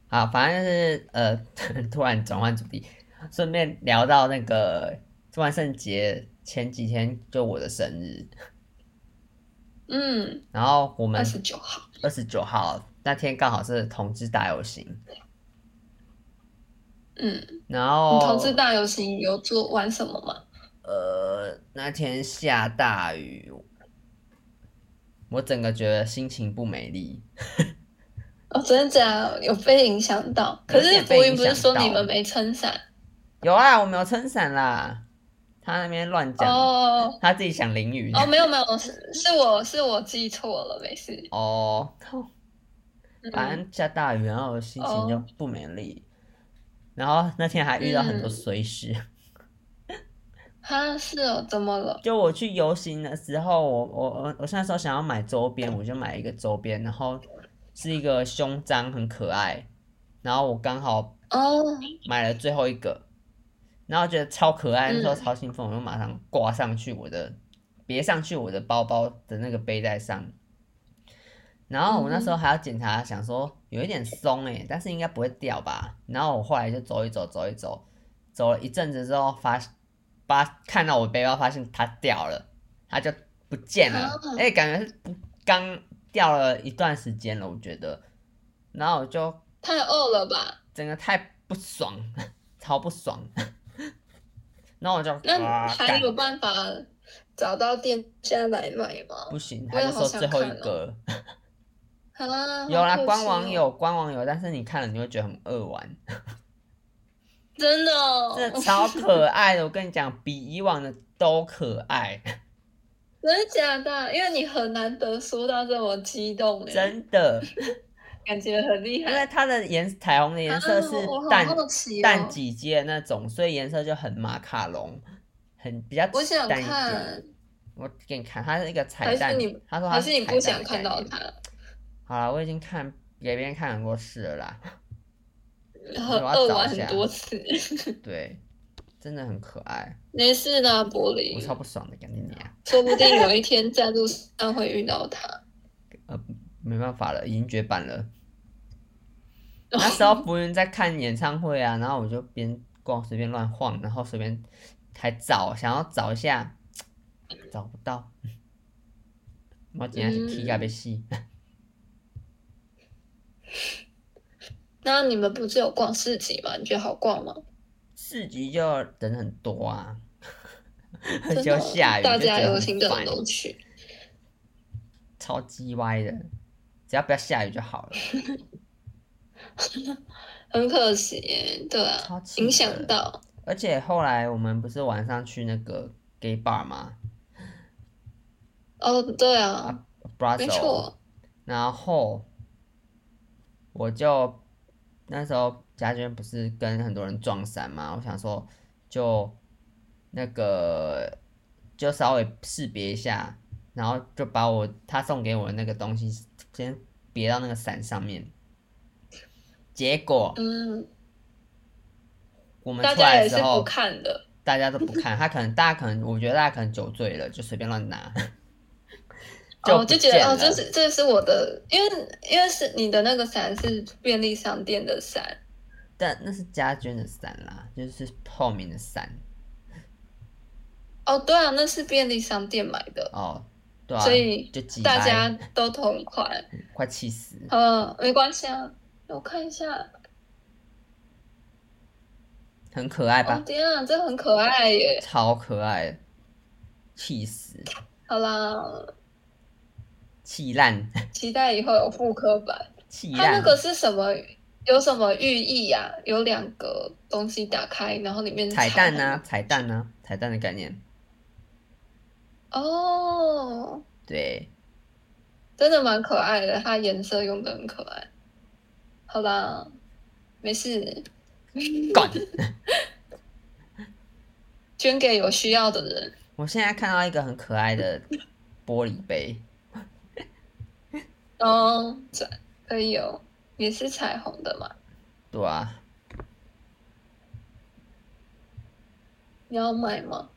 S1: 好，反正就是呃， <laughs> 突然转换主题，顺便聊到那个万圣节前几天就我的生日，
S2: 嗯，
S1: 然后我们
S2: 二十九号，
S1: 二十九号那天刚好是同志大游行，
S2: 嗯，
S1: 然
S2: 你
S1: 后
S2: 同志大游行有做玩什么吗？
S1: 呃那天下大雨，我整个觉得心情不美丽。
S2: 哦，真的假的？有被影响到？
S1: 有
S2: 可
S1: 点
S2: 是
S1: 被
S2: 博云不是
S1: 影响
S2: 说
S1: 到
S2: 你们没撑伞
S1: 有啊，我没有撑伞啦，他那边乱讲，
S2: 哦？
S1: 他自己想淋雨。
S2: 哦，没有没有，是是我是我记错了，没事。
S1: 哦，靠
S2: 嗯
S1: 反正下大雨，然后我心情
S2: 哦
S1: 就不美丽。然后那天还遇到很多
S2: 嗯
S1: 衰事，
S2: 哈，是哦，怎么了？
S1: <laughs> 就我去游行的时候，我我我我那时候想要买周边，我就买一个周边，然后是一个胸章，很可爱。然后我刚好
S2: 哦，
S1: 买了最后一个，然后觉得超可爱，那时候
S2: 嗯
S1: 超兴奋，我就马上挂上去我的，别上去我的包包的那个背带上。然后我那时候还要检查，想说有一点松诶、但是应该不会掉吧。然后我后来就走一走，走一走，走了一阵子之后发，发看到我背包，发现它掉了，它就不见了
S2: 啊。
S1: 哎、感觉是不刚掉了一段时间了，我觉得。然后我就
S2: 太饿了吧？
S1: 整个太不爽， <laughs> 超不爽。 <laughs> 然后我就
S2: 那
S1: 啊
S2: 还
S1: 干
S2: 有办法找到店家来买吗？
S1: 不行，
S2: 我
S1: 他
S2: 也
S1: 就
S2: 好
S1: 说
S2: 想
S1: 最后一
S2: 看哦
S1: 个
S2: 啊，
S1: 有啦，
S2: 好可惜哦
S1: 官网，有官网有，但是你看了你会觉得很扼腕，
S2: 真的哦，
S1: 这超可爱的。我跟你讲，比以往的都可爱，
S2: 真的假的？因为你很难得说到这么激动哎，
S1: 真的。
S2: 感觉很厉
S1: 因
S2: 害。
S1: 为它的颜彩虹的颜色是
S2: 啊我我
S1: 淡、
S2: 好好奇哦
S1: 淡几阶那种，所以颜色就很马卡龙，很比较
S2: 我想
S1: 淡一点。
S2: 看，
S1: 我给你看，它是一个彩
S2: 还是
S1: 蛋
S2: 你。
S1: 他说它
S2: 还是你
S1: 彩
S2: 不
S1: 蛋
S2: 想
S1: 的
S2: 看
S1: 概
S2: 到
S1: 念
S2: 它？
S1: 好了，我已经看给别人看很多次了
S2: <laughs>
S1: 啦。
S2: 然后
S1: 我要
S2: 二
S1: 找
S2: 玩
S1: 一
S2: 很
S1: 下
S2: 多次， <laughs>
S1: 对，真的很可爱，
S2: 没事啦，柏
S1: 我
S2: 林，
S1: 超不爽的，赶紧你啊！
S2: 说不定有一天在路上会遇到他。
S1: 没办法了，已经绝版
S2: <laughs>
S1: 了。那时候浮云在看演唱会啊，然后我就边逛随便乱晃，然后随便还找想要找一下，找不到。我今天是踢
S2: 嗯
S1: 甲被戏，
S2: 那你们不是有逛市集吗？你觉得好逛吗？
S1: 市集就人很多啊，
S2: 真的啊
S1: <laughs>
S2: 哦
S1: 就下雨，
S2: 大
S1: 就觉
S2: 家
S1: 得
S2: 有
S1: 很
S2: 心的
S1: 烦
S2: 人都去。
S1: 超鸡歪的，只要不要下雨就好了。
S2: 很可惜耶，对
S1: 超
S2: 啊，
S1: 气
S2: 影
S1: 的
S2: 响到
S1: 而且后来我们不是晚上去那个 gay bar 吗
S2: 哦，对啊，
S1: ？Brazil，
S2: 没错，
S1: 然后我就那时候家娟不是跟很多人撞衫嘛，我想说就那个就稍微识别一下，然后就把我他送给我的那个东西先别到那个伞上面。结果
S2: 嗯，
S1: 我们
S2: 大
S1: 出
S2: 家
S1: 来
S2: 也
S1: 的
S2: 是
S1: 时候，
S2: 不看的，
S1: 大家都不看，他可能大家可能我觉得大家可能酒醉了，就随便乱拿，
S2: <laughs> 哦，
S1: 不
S2: 就
S1: 见
S2: 觉得哦，
S1: 了
S2: 这是这是我的，因为因为是你的那个伞是便利商店的伞，
S1: 但那是家娟的伞啦，就是透明的伞
S2: 哦，对啊，那是便利商店买的，
S1: 哦，对啊，
S2: 所以
S1: 就挤
S2: 大
S1: 掰
S2: 家都同款，
S1: 快气死！
S2: 嗯，没关系啊，我看一下，
S1: 很可爱
S2: 哦
S1: 吧？
S2: 天啊，这很可爱耶，
S1: 超可爱的，气死，
S2: 好啦，
S1: 气烂， <laughs>
S2: 期待以后有复刻版。
S1: 气
S2: 它那
S1: 烂。
S2: 个是什么？有什么寓意呀、有两个东西打开，然后里面是
S1: 彩蛋
S2: 呢、
S1: 啊，彩蛋啊，彩蛋的概念，
S2: 哦，
S1: 对，
S2: 真的蛮可爱的，它颜色用的很可爱。好啦，没事，
S1: 干！ <laughs>
S2: 捐给有需要的人。
S1: 我现在看到一个很可爱的玻璃杯，
S2: 哦，这可以哦，也是彩虹的嘛。
S1: 对啊，
S2: 你要买吗？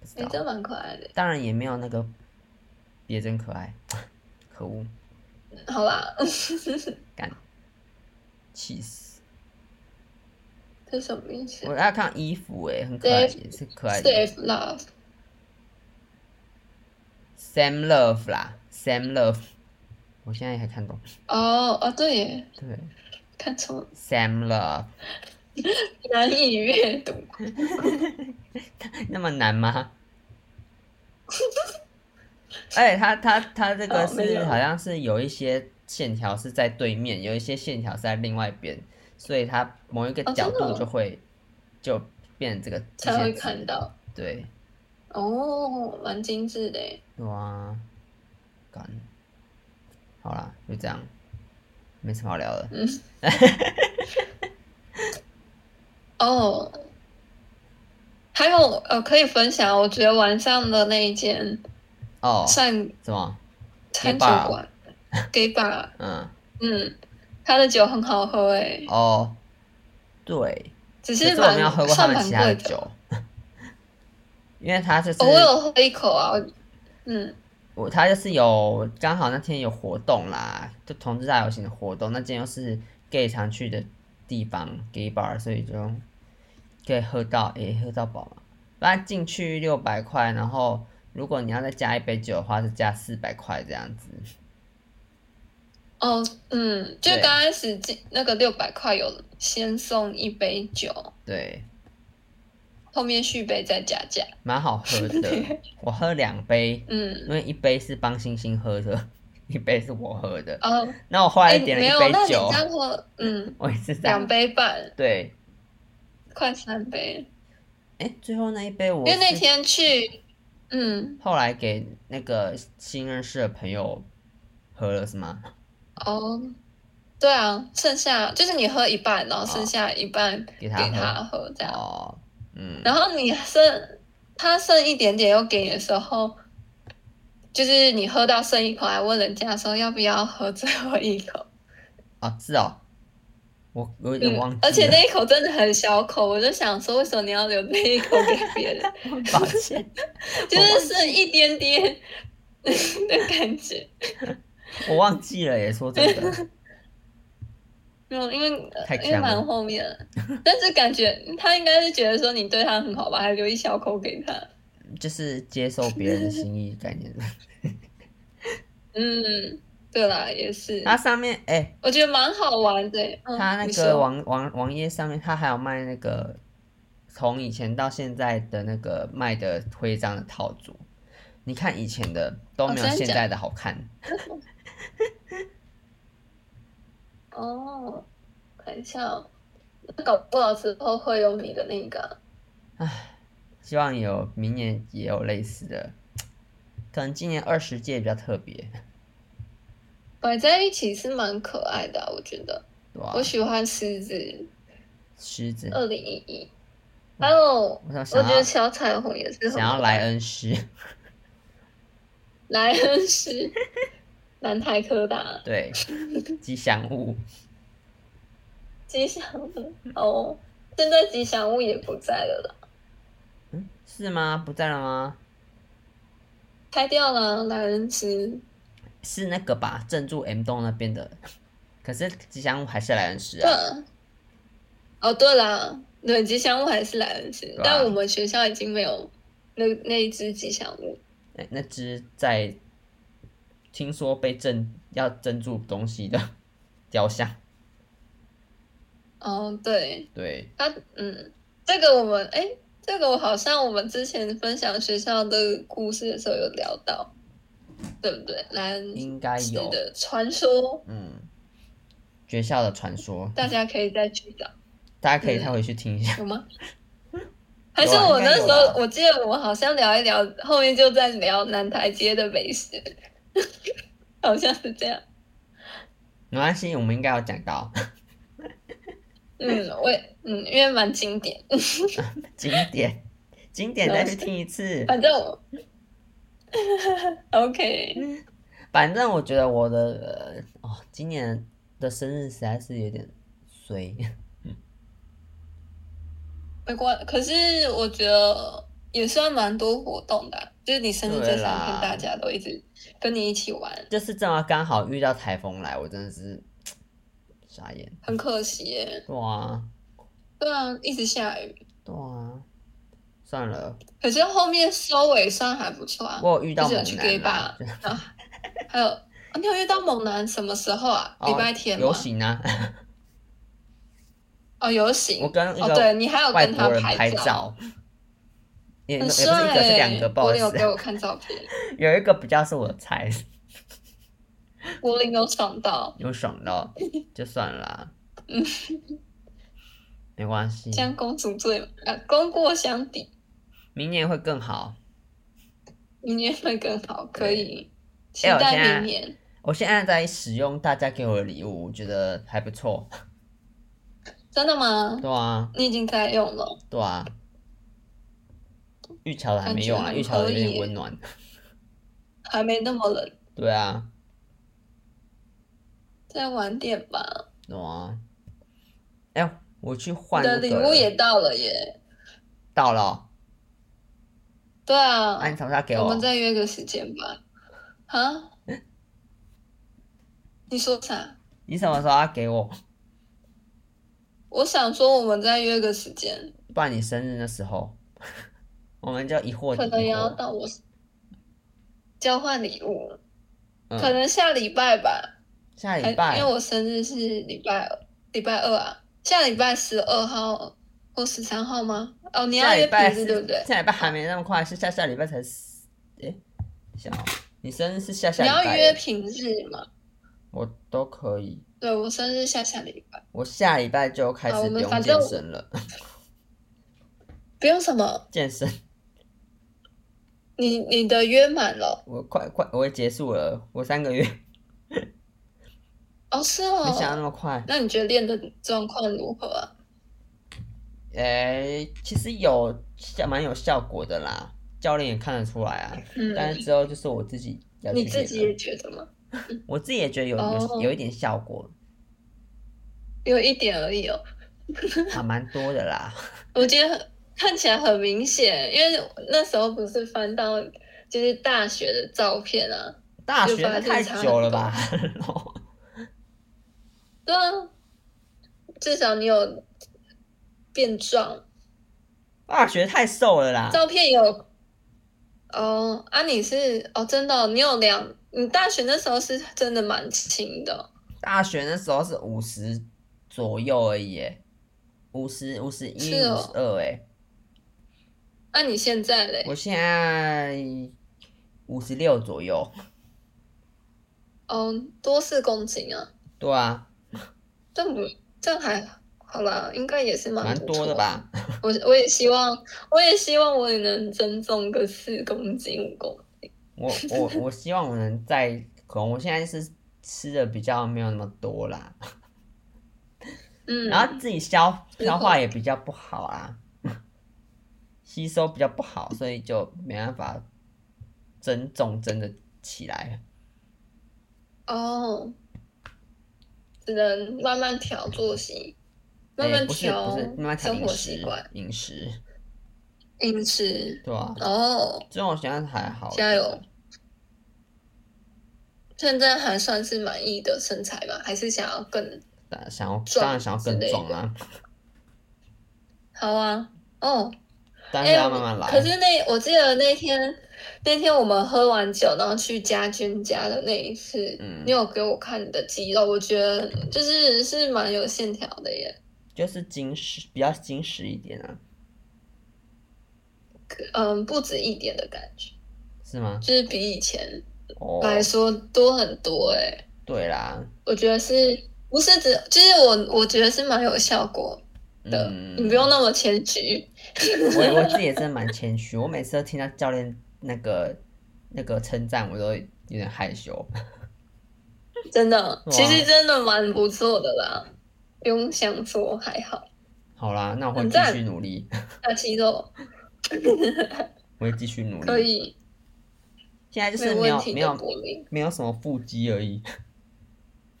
S1: 不知
S2: 哎、
S1: 道，
S2: 这蛮可爱的。
S1: 当然也没有那个别针可爱，可恶，
S2: 好啦，
S1: 干，气死！
S2: 这什么意思
S1: 我要看衣服诶、很可爱，也是可爱的
S2: ？Save love。
S1: Sam Love 啦，Sam Love，我现在也看懂，
S2: 哦哦，对耶，
S1: 对
S2: 看错，
S1: ，Sam Love。
S2: 难以阅读。
S1: 那么难吗？而且它它它这个
S2: 哦没
S1: 是
S2: 有
S1: 好像是有一些线条是在对面，有一些线条是在另外一边，所以它某一个
S2: 哦
S1: 角
S2: 真的
S1: 度
S2: 哦
S1: 就会、就变成这个
S2: 才
S1: 这
S2: 会
S1: 些字
S2: 看到。
S1: 对，
S2: 哦，蛮精致的耶。
S1: 哇，啊干，好啦，就这样，没什么好聊的。
S2: 嗯。哦，还有呃，可以分享，我觉得晚上的那一间
S1: 哦，
S2: 算
S1: 什么？
S2: 餐
S1: gay
S2: 酒
S1: bar
S2: 馆，gay bar，
S1: 嗯，
S2: 嗯，他的酒很好喝诶，
S1: 哦，对，
S2: 只
S1: 可
S2: 是
S1: 是我没有
S2: 蛮
S1: 喝过他
S2: 算
S1: 们
S2: 蛮
S1: 其他的
S2: 贵的。
S1: 酒， <laughs> 因为它就是、
S2: 哦我有喝一口啊，嗯，
S1: 我他就是有刚好那天有活动啦，就同志大游行的活动，那间又是 gay 常去的地方 gay bar，所以就可以喝到诶、喝到饱嘛。反正进去六百块，然后如果你要再加一杯酒的话，是加四百块这样子。
S2: 哦，嗯，就
S1: 对
S2: 刚开始进那个六百块有先送一杯酒，
S1: 对，
S2: 后面续杯再加价，
S1: 蛮好喝的。我喝两杯，
S2: 嗯，
S1: 因为一杯是帮星星喝的，一杯是我喝的。
S2: 哦，
S1: 那我后来
S2: 哎，
S1: 点了
S2: 没有，
S1: 一杯
S2: 那你
S1: 酒，
S2: 这样喝，
S1: <laughs>
S2: 嗯，
S1: 我也是这样
S2: 两。杯半，
S1: 对，
S2: 快三杯，
S1: 哎、最后那一杯我
S2: 因为那
S1: 是
S2: 天去，嗯，
S1: 后来给那个新认识的朋友喝了是吗？
S2: 哦，对啊，剩下就是你喝一半，然后剩下一半
S1: 哦给
S2: 给
S1: 他喝
S2: 他喝这样。
S1: 哦，嗯，
S2: 啊然后你剩他剩一点点又给你的时候，就是你喝到剩一口，还问人家说要不要喝最后一口。
S1: 哦，是哦，我我有点
S2: 嗯
S1: 忘记、，
S2: 而且那一口真的很小口，我就想说，为什么你要留那一口给
S1: <laughs>
S2: 别 <laughs> 人？
S1: 那抱歉，
S2: 就是剩一点点 <laughs> 的感觉。
S1: 我忘记了耶，说真的，
S2: 没有，因为呃
S1: 太
S2: 因为
S1: 呛
S2: 蛮
S1: 了，
S2: 后面了，但是感觉他应该是觉得说你对他很好吧，还留一小口给他。
S1: 就是接受别人的心意概念。
S2: 嗯， <laughs> 对啦，也是，
S1: 它上面哎、
S2: 我觉得蛮好玩的。嗯、
S1: 它那
S2: 你
S1: 个
S2: 说
S1: 网网网页上面，它还有卖那个从以前到现在的那个卖的徽章的套组。你看以前的都
S2: 哦
S1: 没有
S2: 真的
S1: 现
S2: 假
S1: 在的好看，
S2: 哦，看一下哦，那搞不好之后会有你的那个。
S1: 希望有明年也有类似的，可能今年二十届比较特别，
S2: 摆在一起是蛮可爱的啊、我觉得
S1: 对吧、
S2: 我喜欢狮子
S1: 狮子，
S2: 二零一一，还有
S1: 我想
S2: 我
S1: 想
S2: 觉得
S1: 要
S2: 小彩虹也是很
S1: 想要
S2: 可
S1: 莱
S2: 爱
S1: 恩狮， <laughs>
S2: 莱恩狮，南台科大
S1: 对，吉祥物，
S2: 吉祥物哦，现在吉祥物也不在了啦，
S1: 嗯，是吗？不在了吗？
S2: 拆掉了莱恩狮，
S1: 是那个吧，镇住 M 栋那边的，可是吉祥物还是莱恩狮
S2: 对
S1: 啊，
S2: 啊，哦对啦，对吉祥物还是莱恩狮，
S1: 啊
S2: 但我们学校已经没有那那一只吉祥物
S1: 那那只在听说被镇要镇住东西的 <laughs> 雕像，
S2: 哦，对，
S1: 对，
S2: 他嗯，这个我们哎，这个我好像我们之前分享学校的故事的时候有聊到，对不对？莱恩
S1: 应该
S2: 斯
S1: 有，
S2: 的传说，
S1: 嗯，学校的传说，
S2: 大家可以再去找，
S1: 大家可以再回去听一下，
S2: 有吗？还是我那时
S1: 应该有吧
S2: 候，我记得我好像聊一聊，后面就在聊南台街的美食， <laughs> 好像是这样。
S1: 没关系，我们应该有讲到 <laughs>
S2: 嗯，我也嗯，因为蛮经典，
S1: 经典，经典再去听一次。
S2: 反正我
S1: <laughs>
S2: OK，
S1: 嗯反正我觉得我的呃哦，今年的生日实在是有点衰， <laughs>
S2: 没关，可是我觉得也算蛮多活动的啊、就是你生日这
S1: 对
S2: 三
S1: 啦
S2: 天，大家都一直跟你一起玩，
S1: 就是正好刚好遇到台风来，我真的是傻眼。
S2: 很可惜耶。
S1: 对啊，
S2: 对啊，一直下雨，
S1: 对啊，算了，
S2: 可是后面收尾算还不错啊。
S1: 我有遇到
S2: 就是有
S1: 猛
S2: 去 gay
S1: 男啦
S2: 吧，还有，啊你有遇到猛男什么时候啊？
S1: 哦
S2: 礼拜天吗
S1: 游？行啊，
S2: 哦，游行。
S1: 我跟一
S2: 哦，对
S1: 个
S2: 你还有
S1: 外
S2: 跟他
S1: 国人拍
S2: 照，
S1: 照，也也
S2: 很
S1: 不是一个是
S2: 帅
S1: 两
S2: 耶
S1: 个，不好
S2: 柏
S1: 意
S2: 林有给
S1: 思，
S2: 我看照片，
S1: 有一个比较是我的菜，
S2: 柏林有爽到，
S1: 有爽到就算了
S2: <laughs>
S1: 啦
S2: 嗯，
S1: 没关系，
S2: 将公主罪啊，功过相抵。
S1: 明年会更好。
S2: 明年会更好，可以期
S1: 哎我现在
S2: 待明年。
S1: 我现在在使用大家给我的礼物，我觉得还不错。
S2: 真的吗？
S1: 对啊，
S2: 你已经在用了，
S1: 对啊。玉桥的还没用啊，
S2: 感觉很
S1: 玉桥的有
S2: 合理
S1: 点
S2: 耶
S1: 温暖。
S2: 还没那么冷，
S1: 对啊，
S2: 再晚点吧。
S1: 对啊。哎、我去
S2: 你
S1: 换
S2: 的
S1: 那
S2: 礼
S1: 个
S2: 物也到了耶。
S1: 到了哦，
S2: 对啊，
S1: 那、你什么时候给
S2: 我
S1: 我？嗯
S2: 们再约个时间吧。啊？你说啥？
S1: 你什么时候要给我？
S2: 我想说我们再约个时间，
S1: 不然你生日那时候， <laughs> 我们就一货
S2: 可能
S1: 抵一
S2: 也要
S1: 货。
S2: 到我交换礼物，可
S1: 嗯，
S2: 能下礼拜吧。
S1: 下
S2: 还
S1: 礼拜
S2: 呃因为我生日是礼拜二礼拜二啊，下礼拜十二号或十三号吗？哦，你
S1: 下
S2: 要约
S1: 礼拜
S2: 平日
S1: 是
S2: 对不对？
S1: 下礼拜还没那么快，是下下礼拜才是。哎、想你生日是下下
S2: 你
S1: 礼
S2: 要
S1: 拜
S2: 约
S1: 耶，
S2: 平日嘛？
S1: 我都可以。
S2: 对，我生日下下礼拜，
S1: 我下礼拜就开
S2: 好
S1: 始
S2: 我
S1: 不
S2: 们
S1: 用
S2: 反
S1: 健
S2: 正
S1: 身了， <laughs>
S2: 不用什么，
S1: 健身
S2: 你你的约满
S1: <laughs>
S2: 了，
S1: 我快快我也结束了，我三个月
S2: 哦，是
S1: 没想到那
S2: 哦。
S1: 么快。
S2: 那你觉得练的状况如何啊？
S1: 诶、其实有效蛮有效果的啦，教练也看得出来啊。但
S2: 嗯，
S1: 是之后就是我自己要去
S2: 你自己
S1: 练了
S2: 也觉得吗？
S1: 我自己也觉得有有
S2: 哦
S1: 有一点效果，
S2: 有一点而已哦。
S1: 还蛮多的啦。
S2: 我觉得看起来很明显，因为那时候不是翻到就是大学的照片啊，
S1: 大学
S2: 就发
S1: 那
S2: 现
S1: 太
S2: 差很
S1: 久了
S2: 多
S1: 吧？ <laughs> 哦
S2: 对啊，至少你有变壮，
S1: 大学太瘦了啦。
S2: 照片有。哦，啊，你是哦，真的哦、你有量，你大学那时候是真的蛮轻的哦，
S1: 大学那时候是五十左右而已耶，五十五十一
S2: 是
S1: 五
S2: 哦
S1: 十二哎，
S2: 那、啊你现在嘞？
S1: 我现在五十六左右。
S2: 哦，多四公斤啊，
S1: 对啊，
S2: 这不这还好啦，应该也是蛮
S1: 蛮
S2: 不
S1: 多
S2: 错
S1: 的？吧？
S2: 我我也希望，我也希望我也能增重个四公斤五公
S1: 我我我希望我能在，可能我现在是吃的比较没有那么多啦，
S2: 嗯，
S1: 然后自己消
S2: 是的
S1: 消化也比较不好啦， <laughs> 吸收比较不好，所以就没办法增重增的起来。
S2: 哦，只能慢慢调作息，慢
S1: 哎
S2: 慢
S1: 不是
S2: 调
S1: 不是，慢慢调
S2: 生
S1: 饮
S2: 活习
S1: 食
S2: 惯、
S1: 饮食，
S2: 饮食。
S1: 对啊，
S2: 哦，
S1: 这种现在还好。
S2: 加油！现在还算是满意的身材吧，还是想要更
S1: 当想要
S2: 壮
S1: 当然想要更
S2: 之类的
S1: 壮啊，
S2: 好啊？哦，
S1: 但是
S2: 哎
S1: 要慢慢来。
S2: 可是那我记得那天那天我们喝完酒，然后去家军家的那一次，
S1: 嗯
S2: 你有给我看你的肌肉，我觉得就是是蛮有线条的耶。
S1: 就是精实，比较精实一点啊，
S2: 可嗯，不止一点的感觉，
S1: 是吗？
S2: 就是比以前
S1: 哦，
S2: 来说多很多哎、
S1: 对啦，
S2: 我觉得是不是只就是我我觉得是蛮有效果的，
S1: 嗯，
S2: 你不用那么谦虚。
S1: 我我自己也真的蛮谦虚，我每次都听到教练那个那个称赞，我都有点害羞。
S2: 真的，
S1: 哇
S2: <laughs> 其实真的蛮不错的啦，不用想说还好。
S1: 好啦，那我会
S2: 很
S1: 继
S2: 赞
S1: 续努力，
S2: 大肌肉
S1: 嗯我会继续努
S2: 可
S1: 力。
S2: 以，
S1: 现在就
S2: 没
S1: 是没
S2: 问
S1: 有
S2: 题
S1: 没
S2: 的，
S1: 有
S2: 柏林。
S1: 没有什么腹肌而已，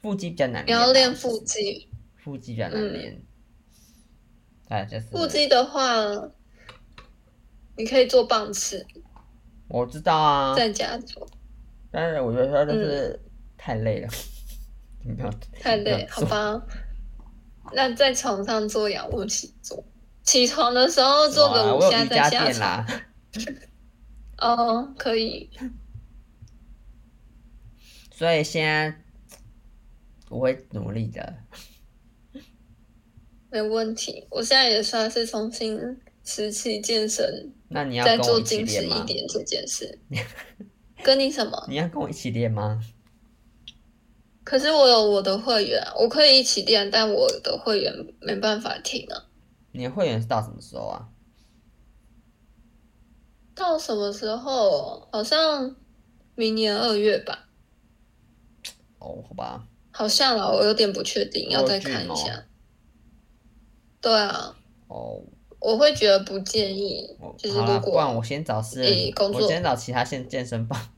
S1: 腹肌比较难
S2: 你
S1: 练啊。
S2: 要练腹肌，
S1: 腹肌比较难
S2: 嗯
S1: 练。哎，就是
S2: 腹肌的话，你可以做棒式，
S1: 我知道啊，
S2: 在嗯家做，
S1: 但是我觉得就是太累了， <laughs> 没有
S2: 太
S1: 没
S2: 累
S1: 有，
S2: 好
S1: 做 <laughs>
S2: 吧？那在床上做仰卧起坐，起床的时候做
S1: 哇
S2: 个五
S1: 啊我有
S2: 下
S1: 瑜
S2: 再
S1: 伽
S2: 下
S1: 垫
S2: 床。
S1: 啦，
S2: 哦，可以，
S1: 所以现在我会努力的。
S2: 没问题。我现在也算是重新拾起健身，
S1: 那你要
S2: 在
S1: 跟我
S2: 做
S1: 一起
S2: 精实
S1: 练
S2: 一
S1: 吗？
S2: 点这
S1: <laughs>
S2: 件事。跟你什么？
S1: 你要跟我一起练吗？
S2: 可是我有我的会员啊，我可以一起练，但我的会员没办法停啊。
S1: 你的会员是到什么时候啊？
S2: 到什么时候？好像明年二月吧，
S1: 哦，好吧，
S2: 好像啦，我有点不确定，要再看一
S1: 我有剧
S2: 下。对啊，
S1: 哦，
S2: 我会觉得不建议
S1: 我，
S2: 就是
S1: 哦好啦，
S2: 如
S1: 不然
S2: 果
S1: 我先找私
S2: 你
S1: 人，
S2: 工作
S1: 我先找其他健健身房。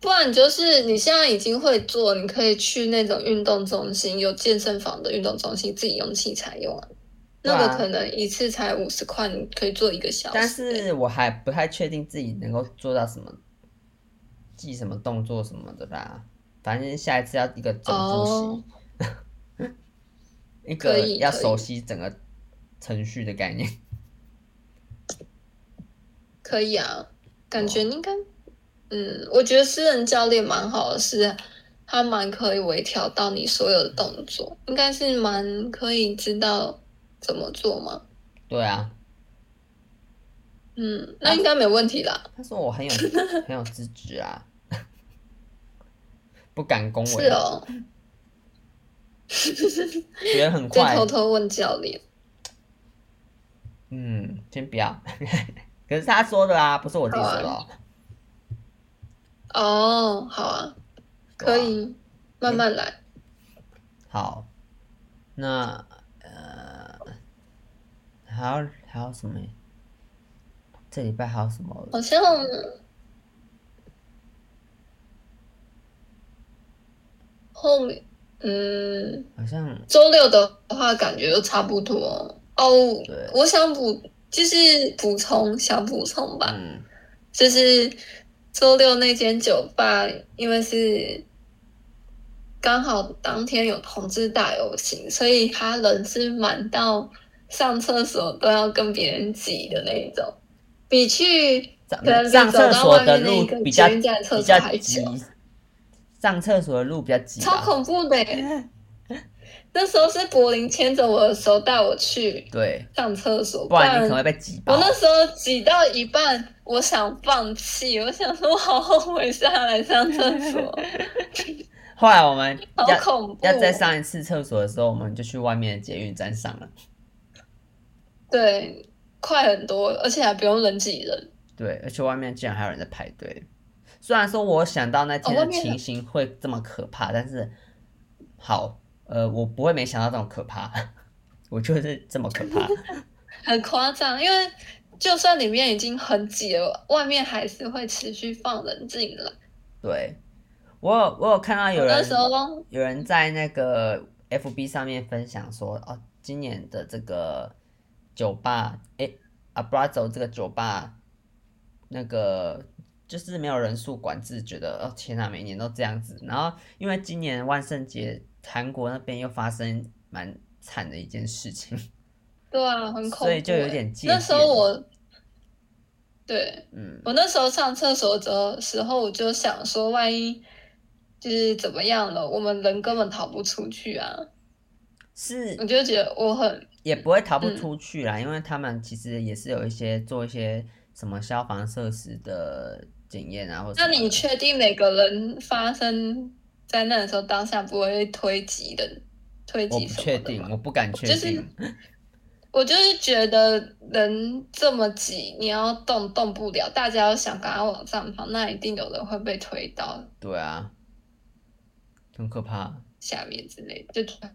S2: 不然就是你现在已经会做，你可以去那种运动中心，有健身房的运动中心，自己用器材用啊。
S1: 对
S2: 那
S1: 啊
S2: 个可能一次才五十块，你可以做一个小时。
S1: <laughs> 但是我还不太确定自己能够做到什么，记什么动作什么的啦。反正下一次要一个整复习，
S2: 哦
S1: 一
S2: 可
S1: 个
S2: 以
S1: 要
S2: 可以
S1: 熟悉整个程序的概念。 <laughs>
S2: 可以啊，感觉应该，嗯，我觉得私人教练蛮好的是，他蛮可以微调到你所有的动作，应该是蛮可以知道怎么做嘛。
S1: 对啊，
S2: 嗯，那应该没问题啦。
S1: 他说我
S2: <laughs>
S1: 很有很有资质啊， <laughs> 不敢恭维，啊
S2: 是哦，
S1: 学得很
S2: 再
S1: 快
S2: 偷。偷问教练。
S1: 嗯，先不要。 <laughs> 可是他说的啊，不是我自己说的、哦。
S2: 哦，好啊，可以，慢慢来。
S1: 好，那呃，还有还有什么？这礼拜还有什么？
S2: 好像后面，嗯，
S1: 好像
S2: 周六的话感觉就差不多哦
S1: 对。
S2: 我想补，就是补充，想补充吧，
S1: 嗯
S2: 就是周六那间酒吧，因为是刚好当天有同志大游行，所以他人是满到上厕所都要跟别人挤的那一种，比去
S1: 上
S2: 可能比
S1: 上
S2: 走
S1: 厕
S2: 到
S1: 所
S2: 外
S1: 的
S2: 面那
S1: 路
S2: 一个
S1: 比较
S2: 捷运站的
S1: 比
S2: 厕所
S1: 较
S2: 还
S1: 急
S2: 久，，
S1: 上厕所的路比较急
S2: 超
S1: 吧。
S2: 恐怖的耶。那时候是柏林牵着我的手带我去
S1: 对，
S2: 上厕所，
S1: 不然你可能会被挤爆
S2: 我。那时候挤到一半，我想放弃，我想说我好后悔下来上厕
S1: <laughs>
S2: 所，
S1: 后来我们
S2: 好
S1: 要
S2: 恐怖。哦
S1: 要再上一次厕所的时候，我们就去外面的捷运站上了。
S2: 对，快很多，而且还不用人挤人。
S1: 对，而且外面竟然还有人在排队。虽然说我想到那天
S2: 哦外
S1: 的
S2: 面
S1: 情形会这么可怕，但是好，呃，我不会没想到这种可怕， <laughs> 我就是这么可
S2: <laughs>
S1: 怕。
S2: 很夸张，因为就算里面已经很挤了，外面还是会持续放人进来。
S1: 对，我有我有看到有
S2: 我那
S1: 人
S2: 时候
S1: 有人在那个 FB 上面分享说，哦，今年的这个酒吧，哎，Abrazo 这个酒吧，那个就是没有人数管制，觉得哦天呐，每年都这样子。然后因为今年万圣节，韩国那边又发生蛮惨的一件事情，
S2: 对啊，很恐怖欸，
S1: 所以就有点戒
S2: 那时候
S1: 戒了
S2: 我，对
S1: 嗯，
S2: 我那时候上厕所的时候，我就想说，万一就是怎么样了，我们人根本逃不出去啊！
S1: 是
S2: 我就觉得我很
S1: 也不会逃不
S2: 嗯
S1: 出去啦，因为他们其实也是有一些做一些什么消防设施的检验啊，或者
S2: 那你确定每个人发生灾难的时候，当下不会推挤人、推
S1: 我
S2: 挤
S1: 不
S2: 什
S1: 确
S2: 么的
S1: 定，
S2: 吗？
S1: 我不敢确
S2: 就是
S1: 定。
S2: 我就是觉得人这么挤，你要动动不了，大家要想赶快往上跑，那一定有人会被推到
S1: 对啊，很可怕。
S2: 下面之类的。就觉得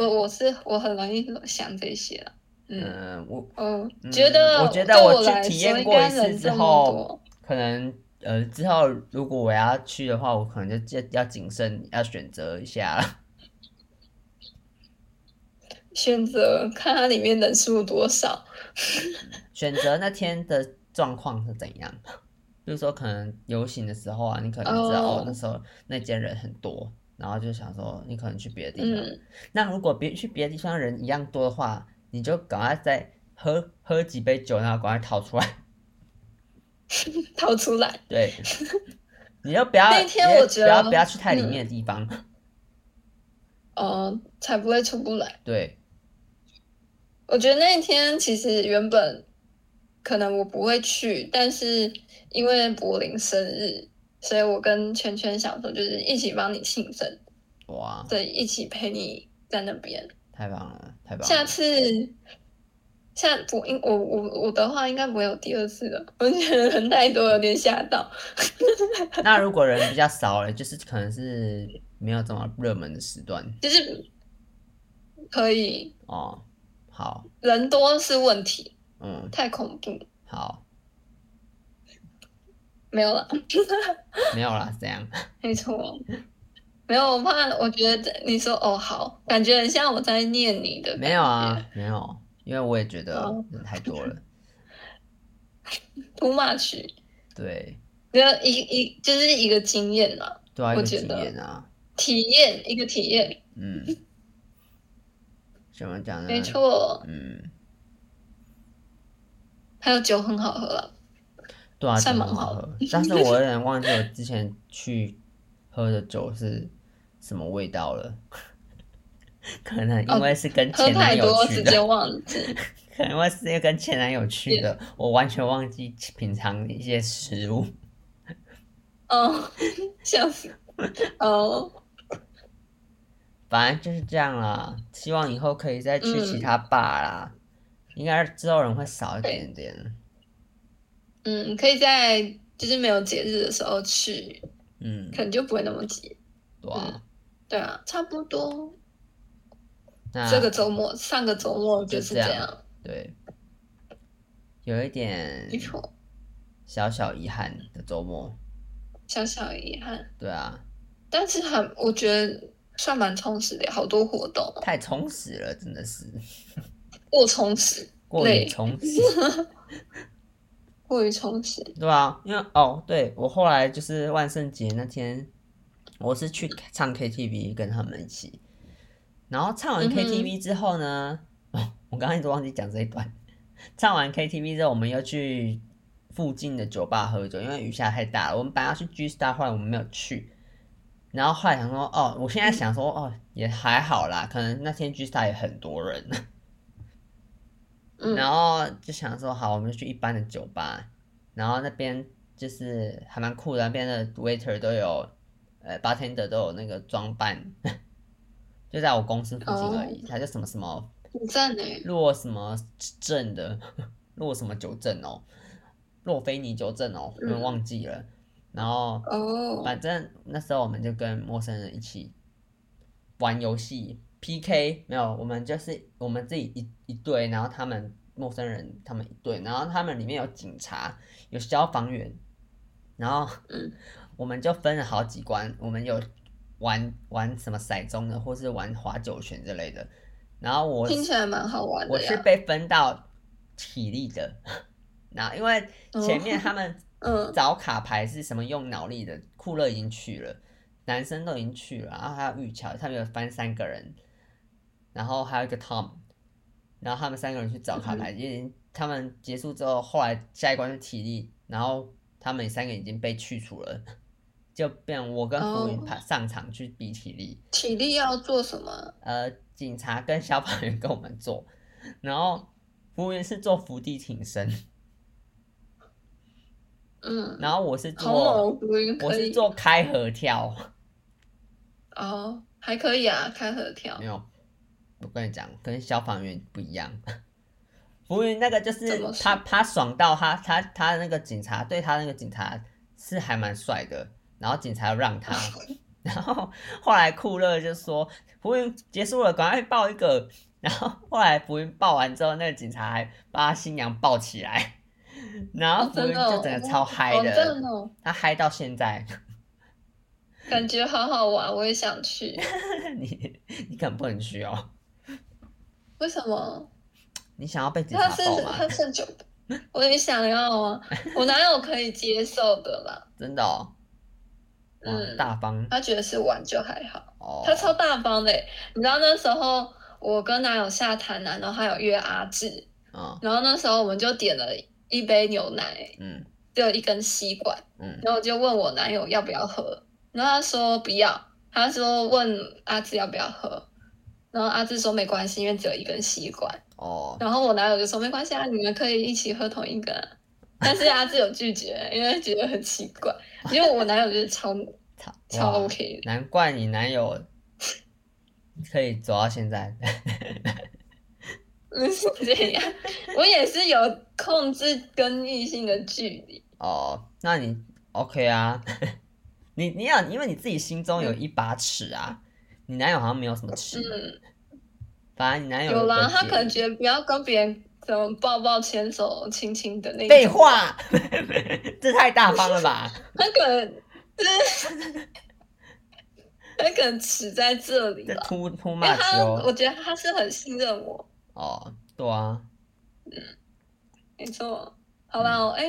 S2: 我我是我很容易想这些了，
S1: 嗯、
S2: 嗯。
S1: 我
S2: 嗯
S1: 嗯，
S2: 觉得
S1: 我觉得
S2: 对
S1: 我
S2: 我
S1: 去
S2: 来
S1: 体
S2: 说
S1: 验
S2: 应
S1: 过
S2: 该
S1: 一次
S2: 人
S1: 之
S2: 这么
S1: 后
S2: 多
S1: 可能呃之后如果我要去的话，我可能就要要谨慎，要选择一下了。
S2: 选择看它里面人数多少，
S1: <laughs> 选择那天的状况是怎样？比如说，可能游行的时候啊，你可能知道哦
S2: 哦
S1: 那时候那间人很多，然后就想说你可能去别的地方。
S2: 嗯，
S1: 那如果别去别的地方人一样多的话，你就赶快再喝喝几杯酒，然后赶快逃出来。
S2: 掏出来。
S1: 对， <laughs> 你就不要
S2: 那天
S1: 你就
S2: 我觉
S1: 不要
S2: 得嗯
S1: 不要去太里面的地方。
S2: 哦、才不会出不来。
S1: 对，
S2: 我觉得那一天其实原本可能我不会去，但是因为柏林生日，所以我跟圈圈想说，就是一起帮你庆生，
S1: 哇，
S2: 对，一起陪你在那边。
S1: 太棒了，太棒
S2: 下
S1: 了！
S2: 次，下不应我我我的话应该不会有第二次了，我觉得人太多有点吓到。
S1: 那如果人比较少了，就是可能是没有这么热门的时段
S2: 就是可以
S1: 哦。好，
S2: 人多是问题，
S1: 嗯，
S2: 太恐怖，
S1: 好，
S2: 没有了。
S1: 没有啦，这样
S2: 没错，没有，我怕，我觉得你说哦好，感觉很像我在念你的，
S1: 没有，啊，没有，因为我也觉得
S2: 哦
S1: 人太多了。
S2: too much，
S1: 对，
S2: 就一一就是一个经验啦，
S1: 对啊，一
S2: 我
S1: 个
S2: 觉
S1: 经
S2: 得
S1: 验啊，
S2: 体验一个体验，
S1: 嗯，怎么讲呢？
S2: 没，错，
S1: 嗯，
S2: 还有酒很好喝啦，
S1: 对啊，
S2: 算
S1: 真的
S2: 蛮
S1: 好
S2: 好
S1: 喝。
S2: <laughs>
S1: 但是我有点忘记我之前去喝的酒是什么味道了，可能因为是跟
S2: 哦喝
S1: 前男
S2: 太
S1: 友
S2: 多
S1: 去
S2: 直
S1: 的，
S2: 接忘记，
S1: 可能因为是跟前男友去的，我完全忘记品尝一些食物。
S2: 哦，笑死，哦，
S1: 反正就是这样啦，希望以后可以再去
S2: 嗯
S1: 其他吧啦，应该之后人会少一点点。
S2: 嗯，可以在就是没有节日的时候去，
S1: 嗯，
S2: 可能就不会那么挤，
S1: 对啊，
S2: 对啊，差不多。
S1: 那
S2: 这个周末，上个周末就是
S1: 啊就这
S2: 这
S1: 样
S2: 样，
S1: 对，有一点
S2: 没错，
S1: 小小遗憾的周末，
S2: 小小遗憾，
S1: 对啊，
S2: 但是很，我觉得算蛮充实的，好多活动哦，
S1: 太充实了，真的是
S2: 过充实，
S1: 过于
S2: 累
S1: 充实，
S2: 过于充实。
S1: 对啊，因为哦，对我后来就是万圣节那天，我是去唱 KTV 跟他们一起，然后唱完
S2: 嗯哼
S1: KTV 之后呢，哦，我刚刚一直忘记讲这一段，唱完 KTV 之后，我们又去附近的酒吧喝酒，因为雨下太大了，我们本来要去 G Star，后来我们没有去。然后后来想说，哦，我现在想说，哦，也还好啦，可能那天 G Star 也很多人，
S2: 嗯
S1: 然后就想说，好，我们就去一般的酒吧，然后那边就是还蛮酷的，那边的 waiter 都有，呃，bartender 都有那个装扮， <laughs> 就在我公司附近而已，
S2: 哦
S1: 他叫什么什么
S2: 很赞呢，
S1: 洛什么镇的，洛什么酒镇哦，洛菲尼酒镇哦，我
S2: 嗯
S1: 们忘记了，然后
S2: 哦，
S1: 反正那时候我们就跟陌生人一起玩游戏 PK，没有，我们就是我们自己一一队，然后他们陌生人他们一队，然后他们里面有警察，有消防员，然后
S2: 嗯
S1: <laughs> 我们就分了好几关，我们有玩玩什么骰盅的，或是玩划九圈之类的，然后我
S2: 听起来蛮好玩
S1: 我
S2: 的
S1: 是
S2: 呀。
S1: 被分到体力的， <laughs> 然后因为前
S2: 哦
S1: 面他们
S2: 嗯
S1: 找卡牌是什么用脑力的，酷乐已经去了，男生都已经去了，然后还有玉桥，他们有翻三个人，然后还有一个 Tom，然后他们三个人去找卡牌，已经他们结束之后，后来下一关是体力，然后他们三个已经被去除了， <laughs> 就变我跟浮云
S2: 哦
S1: 爬上场去比体力。
S2: 体力要做什么？
S1: 呃，警察跟消防员跟我们做，然后服务员是做伏地挺身，
S2: 嗯，
S1: 然后我是
S2: 好猛
S1: 做
S2: 哦，福音
S1: 我
S2: 可
S1: 是
S2: 以
S1: 做开合跳，
S2: 哦，还可以啊，开合跳
S1: 没，有，我跟你讲，跟消防员不一样。服务员那个就是
S2: 怎么说
S1: 他，他爽到他他他那个警察对他那个警察是还蛮帅的，然后警察让
S2: <laughs>
S1: 他，然后后来酷乐就说服务员结束了，赶快抱一个， <laughs> 然后后来服务员抱完之后，那个警察还把他新娘抱起来，然后
S2: 哦，
S1: 服务
S2: 真
S1: 员
S2: 的哦，
S1: 就整个超嗨
S2: 好赞
S1: 的，
S2: 哦，
S1: 他嗨到现在， <laughs>
S2: 感觉好好玩，我也想去。
S1: 你你可能不能去哦，
S2: 为什么？
S1: <laughs> 你想要被警
S2: 他
S1: 察
S2: 是
S1: 抱吗？
S2: 他是酒吧，我也想要啊，我哪有可以接受的啦？
S1: 真的哦，哇，
S2: 嗯
S1: 大方
S2: 他觉得是玩就还好，
S1: 哦，
S2: 他超大方的欸。你知道那时候我跟男友下台南，然后还有约阿志，
S1: 嗯
S2: 然后那时候我们就点了一杯牛奶，
S1: 嗯
S2: 只有一根吸管，
S1: 嗯，
S2: 然后我就问我男友要不要喝，然后他说不要，他说问阿志要不要喝，然后阿志说没关系，因为只有一根吸管，
S1: 哦，
S2: 然后我男友就说没关系啊，你们可以一起喝同一根啊、但是阿志有拒绝，因为觉得很奇怪，因为我男友就是超
S1: 操，
S2: 超
S1: 哇
S2: OK 的，
S1: 难怪你男友可以走到现在， <laughs>
S2: 不是 <laughs> 这样，我也是有控制跟异性的距离，
S1: 哦，那你 OK 啊？ <laughs> 你你要因为你自己心中有一把尺啊，你男友好像没有什么尺，
S2: 嗯。
S1: 反正你男友
S2: 有啦，
S1: 个
S2: 他
S1: 结
S2: 可能觉得不要跟别人怎么抱抱、牵手、亲亲的那种
S1: 废，话， <laughs> 这太大方了吧？
S2: 他可能，他可能只在这里
S1: 这
S2: 了，
S1: too too
S2: 因为
S1: much
S2: 他我
S1: 哦，
S2: 觉得他是很信任我，
S1: 哦，对啊，
S2: 没错。好啦，
S1: 嗯
S2: 我哎、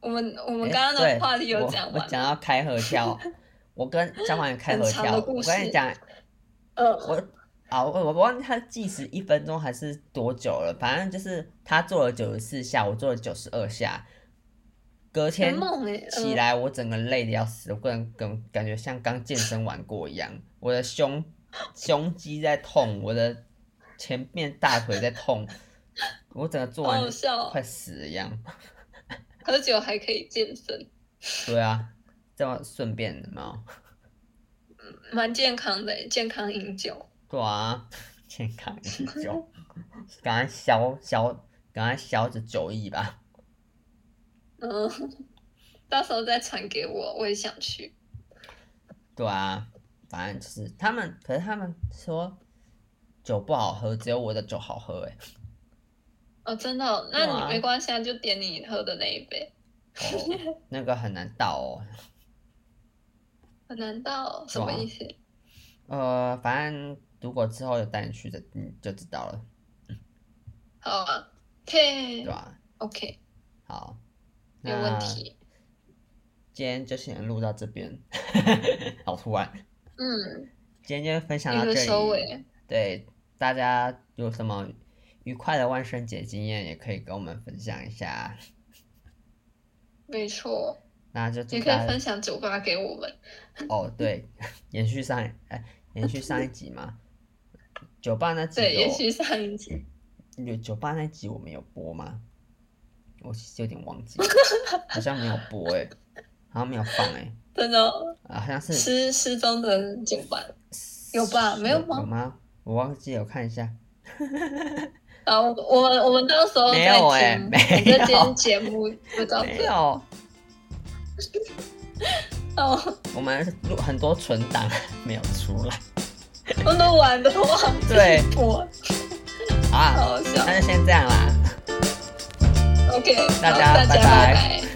S2: 我们我们刚
S1: 诶
S2: 刚
S1: 哎对
S2: 的话题有讲
S1: 我
S2: 完
S1: 我，讲到啊开
S2: <laughs>
S1: 合跳，我跟消防员开合
S2: 很长
S1: 跳，
S2: 的
S1: 我
S2: 故
S1: 跟你
S2: 事
S1: 讲，
S2: 嗯
S1: 我啊，我我忘记他计时一分钟还是多久了，反正就是他做了九十四下，我做了九十二下。隔天
S2: 很猛哎、
S1: 起
S2: 嗯
S1: 来，我整个累的要死，我个人感感觉像刚健身完过一样，我的胸胸肌在痛，我的前面大腿在痛，我整个做
S2: 好
S1: 完
S2: 好笑哦、
S1: 快死了一样。
S2: 喝酒还可以健身，
S1: 对啊，这么顺便的嘛，
S2: 蛮健康的、欸健康饮酒。
S1: 对啊，健康饮
S2: <laughs>
S1: 酒，赶快消消，赶快消着酒意吧。
S2: 嗯，到时候再传给我，我也想去。
S1: 对啊，反正就是他们，可是他们说酒不好喝，只有我的酒好喝
S2: <laughs>
S1: 哎、
S2: 哦，真的哦、
S1: 对啊
S2: 那你没关系啊，就点你喝的那一杯，
S1: 哦那个很难倒哦。
S2: 很难到什么
S1: 哇
S2: 意思？
S1: 呃，反正如果之后有带你去的，你就知道了，
S2: 好啊
S1: 对
S2: ，OK
S1: 吧、
S2: OK，
S1: 好，
S2: 没问
S1: 那
S2: 题。
S1: 今天就先录到这边， <laughs> 好突然。
S2: 嗯，
S1: 今天就分享到这
S2: 一个
S1: 里。
S2: 收尾，
S1: 对，大家有什么愉快的万圣节经验，也可以跟我们分享一下。
S2: 没错，
S1: 那就
S2: 也
S1: 祝
S2: 可以
S1: 大家
S2: 分享酒吧给我们。
S1: 哦，对，延续上一哎，延续上一集嘛，酒吧那集
S2: 对，也
S1: 有
S2: 许上一集
S1: 有酒吧那集我们有播吗？我其实有点忘
S2: <laughs>
S1: 记了，好像没有播哎、好像没有放哎、
S2: 真的哦
S1: 啊，好像是
S2: 失失踪的酒吧有吧？没
S1: 有
S2: 有吗？
S1: 吗？我忘记了，我看一下。
S2: 啊，我我们我们到时候
S1: 没
S2: 再
S1: 有欸
S2: 听，
S1: 没
S2: 反正今
S1: 有
S2: 天节目就到
S1: 没
S2: 这。
S1: 有，
S2: 哦，
S1: 我们录很多存档 <laughs> 没有出来。
S2: 我录完都忘记 <laughs>
S1: 对
S2: 播，
S1: 好啊，
S2: 好笑。
S1: 那就先这样啦。
S2: OK，
S1: 大
S2: 好
S1: 家
S2: 大
S1: 拜
S2: 家
S1: 拜
S2: 拜拜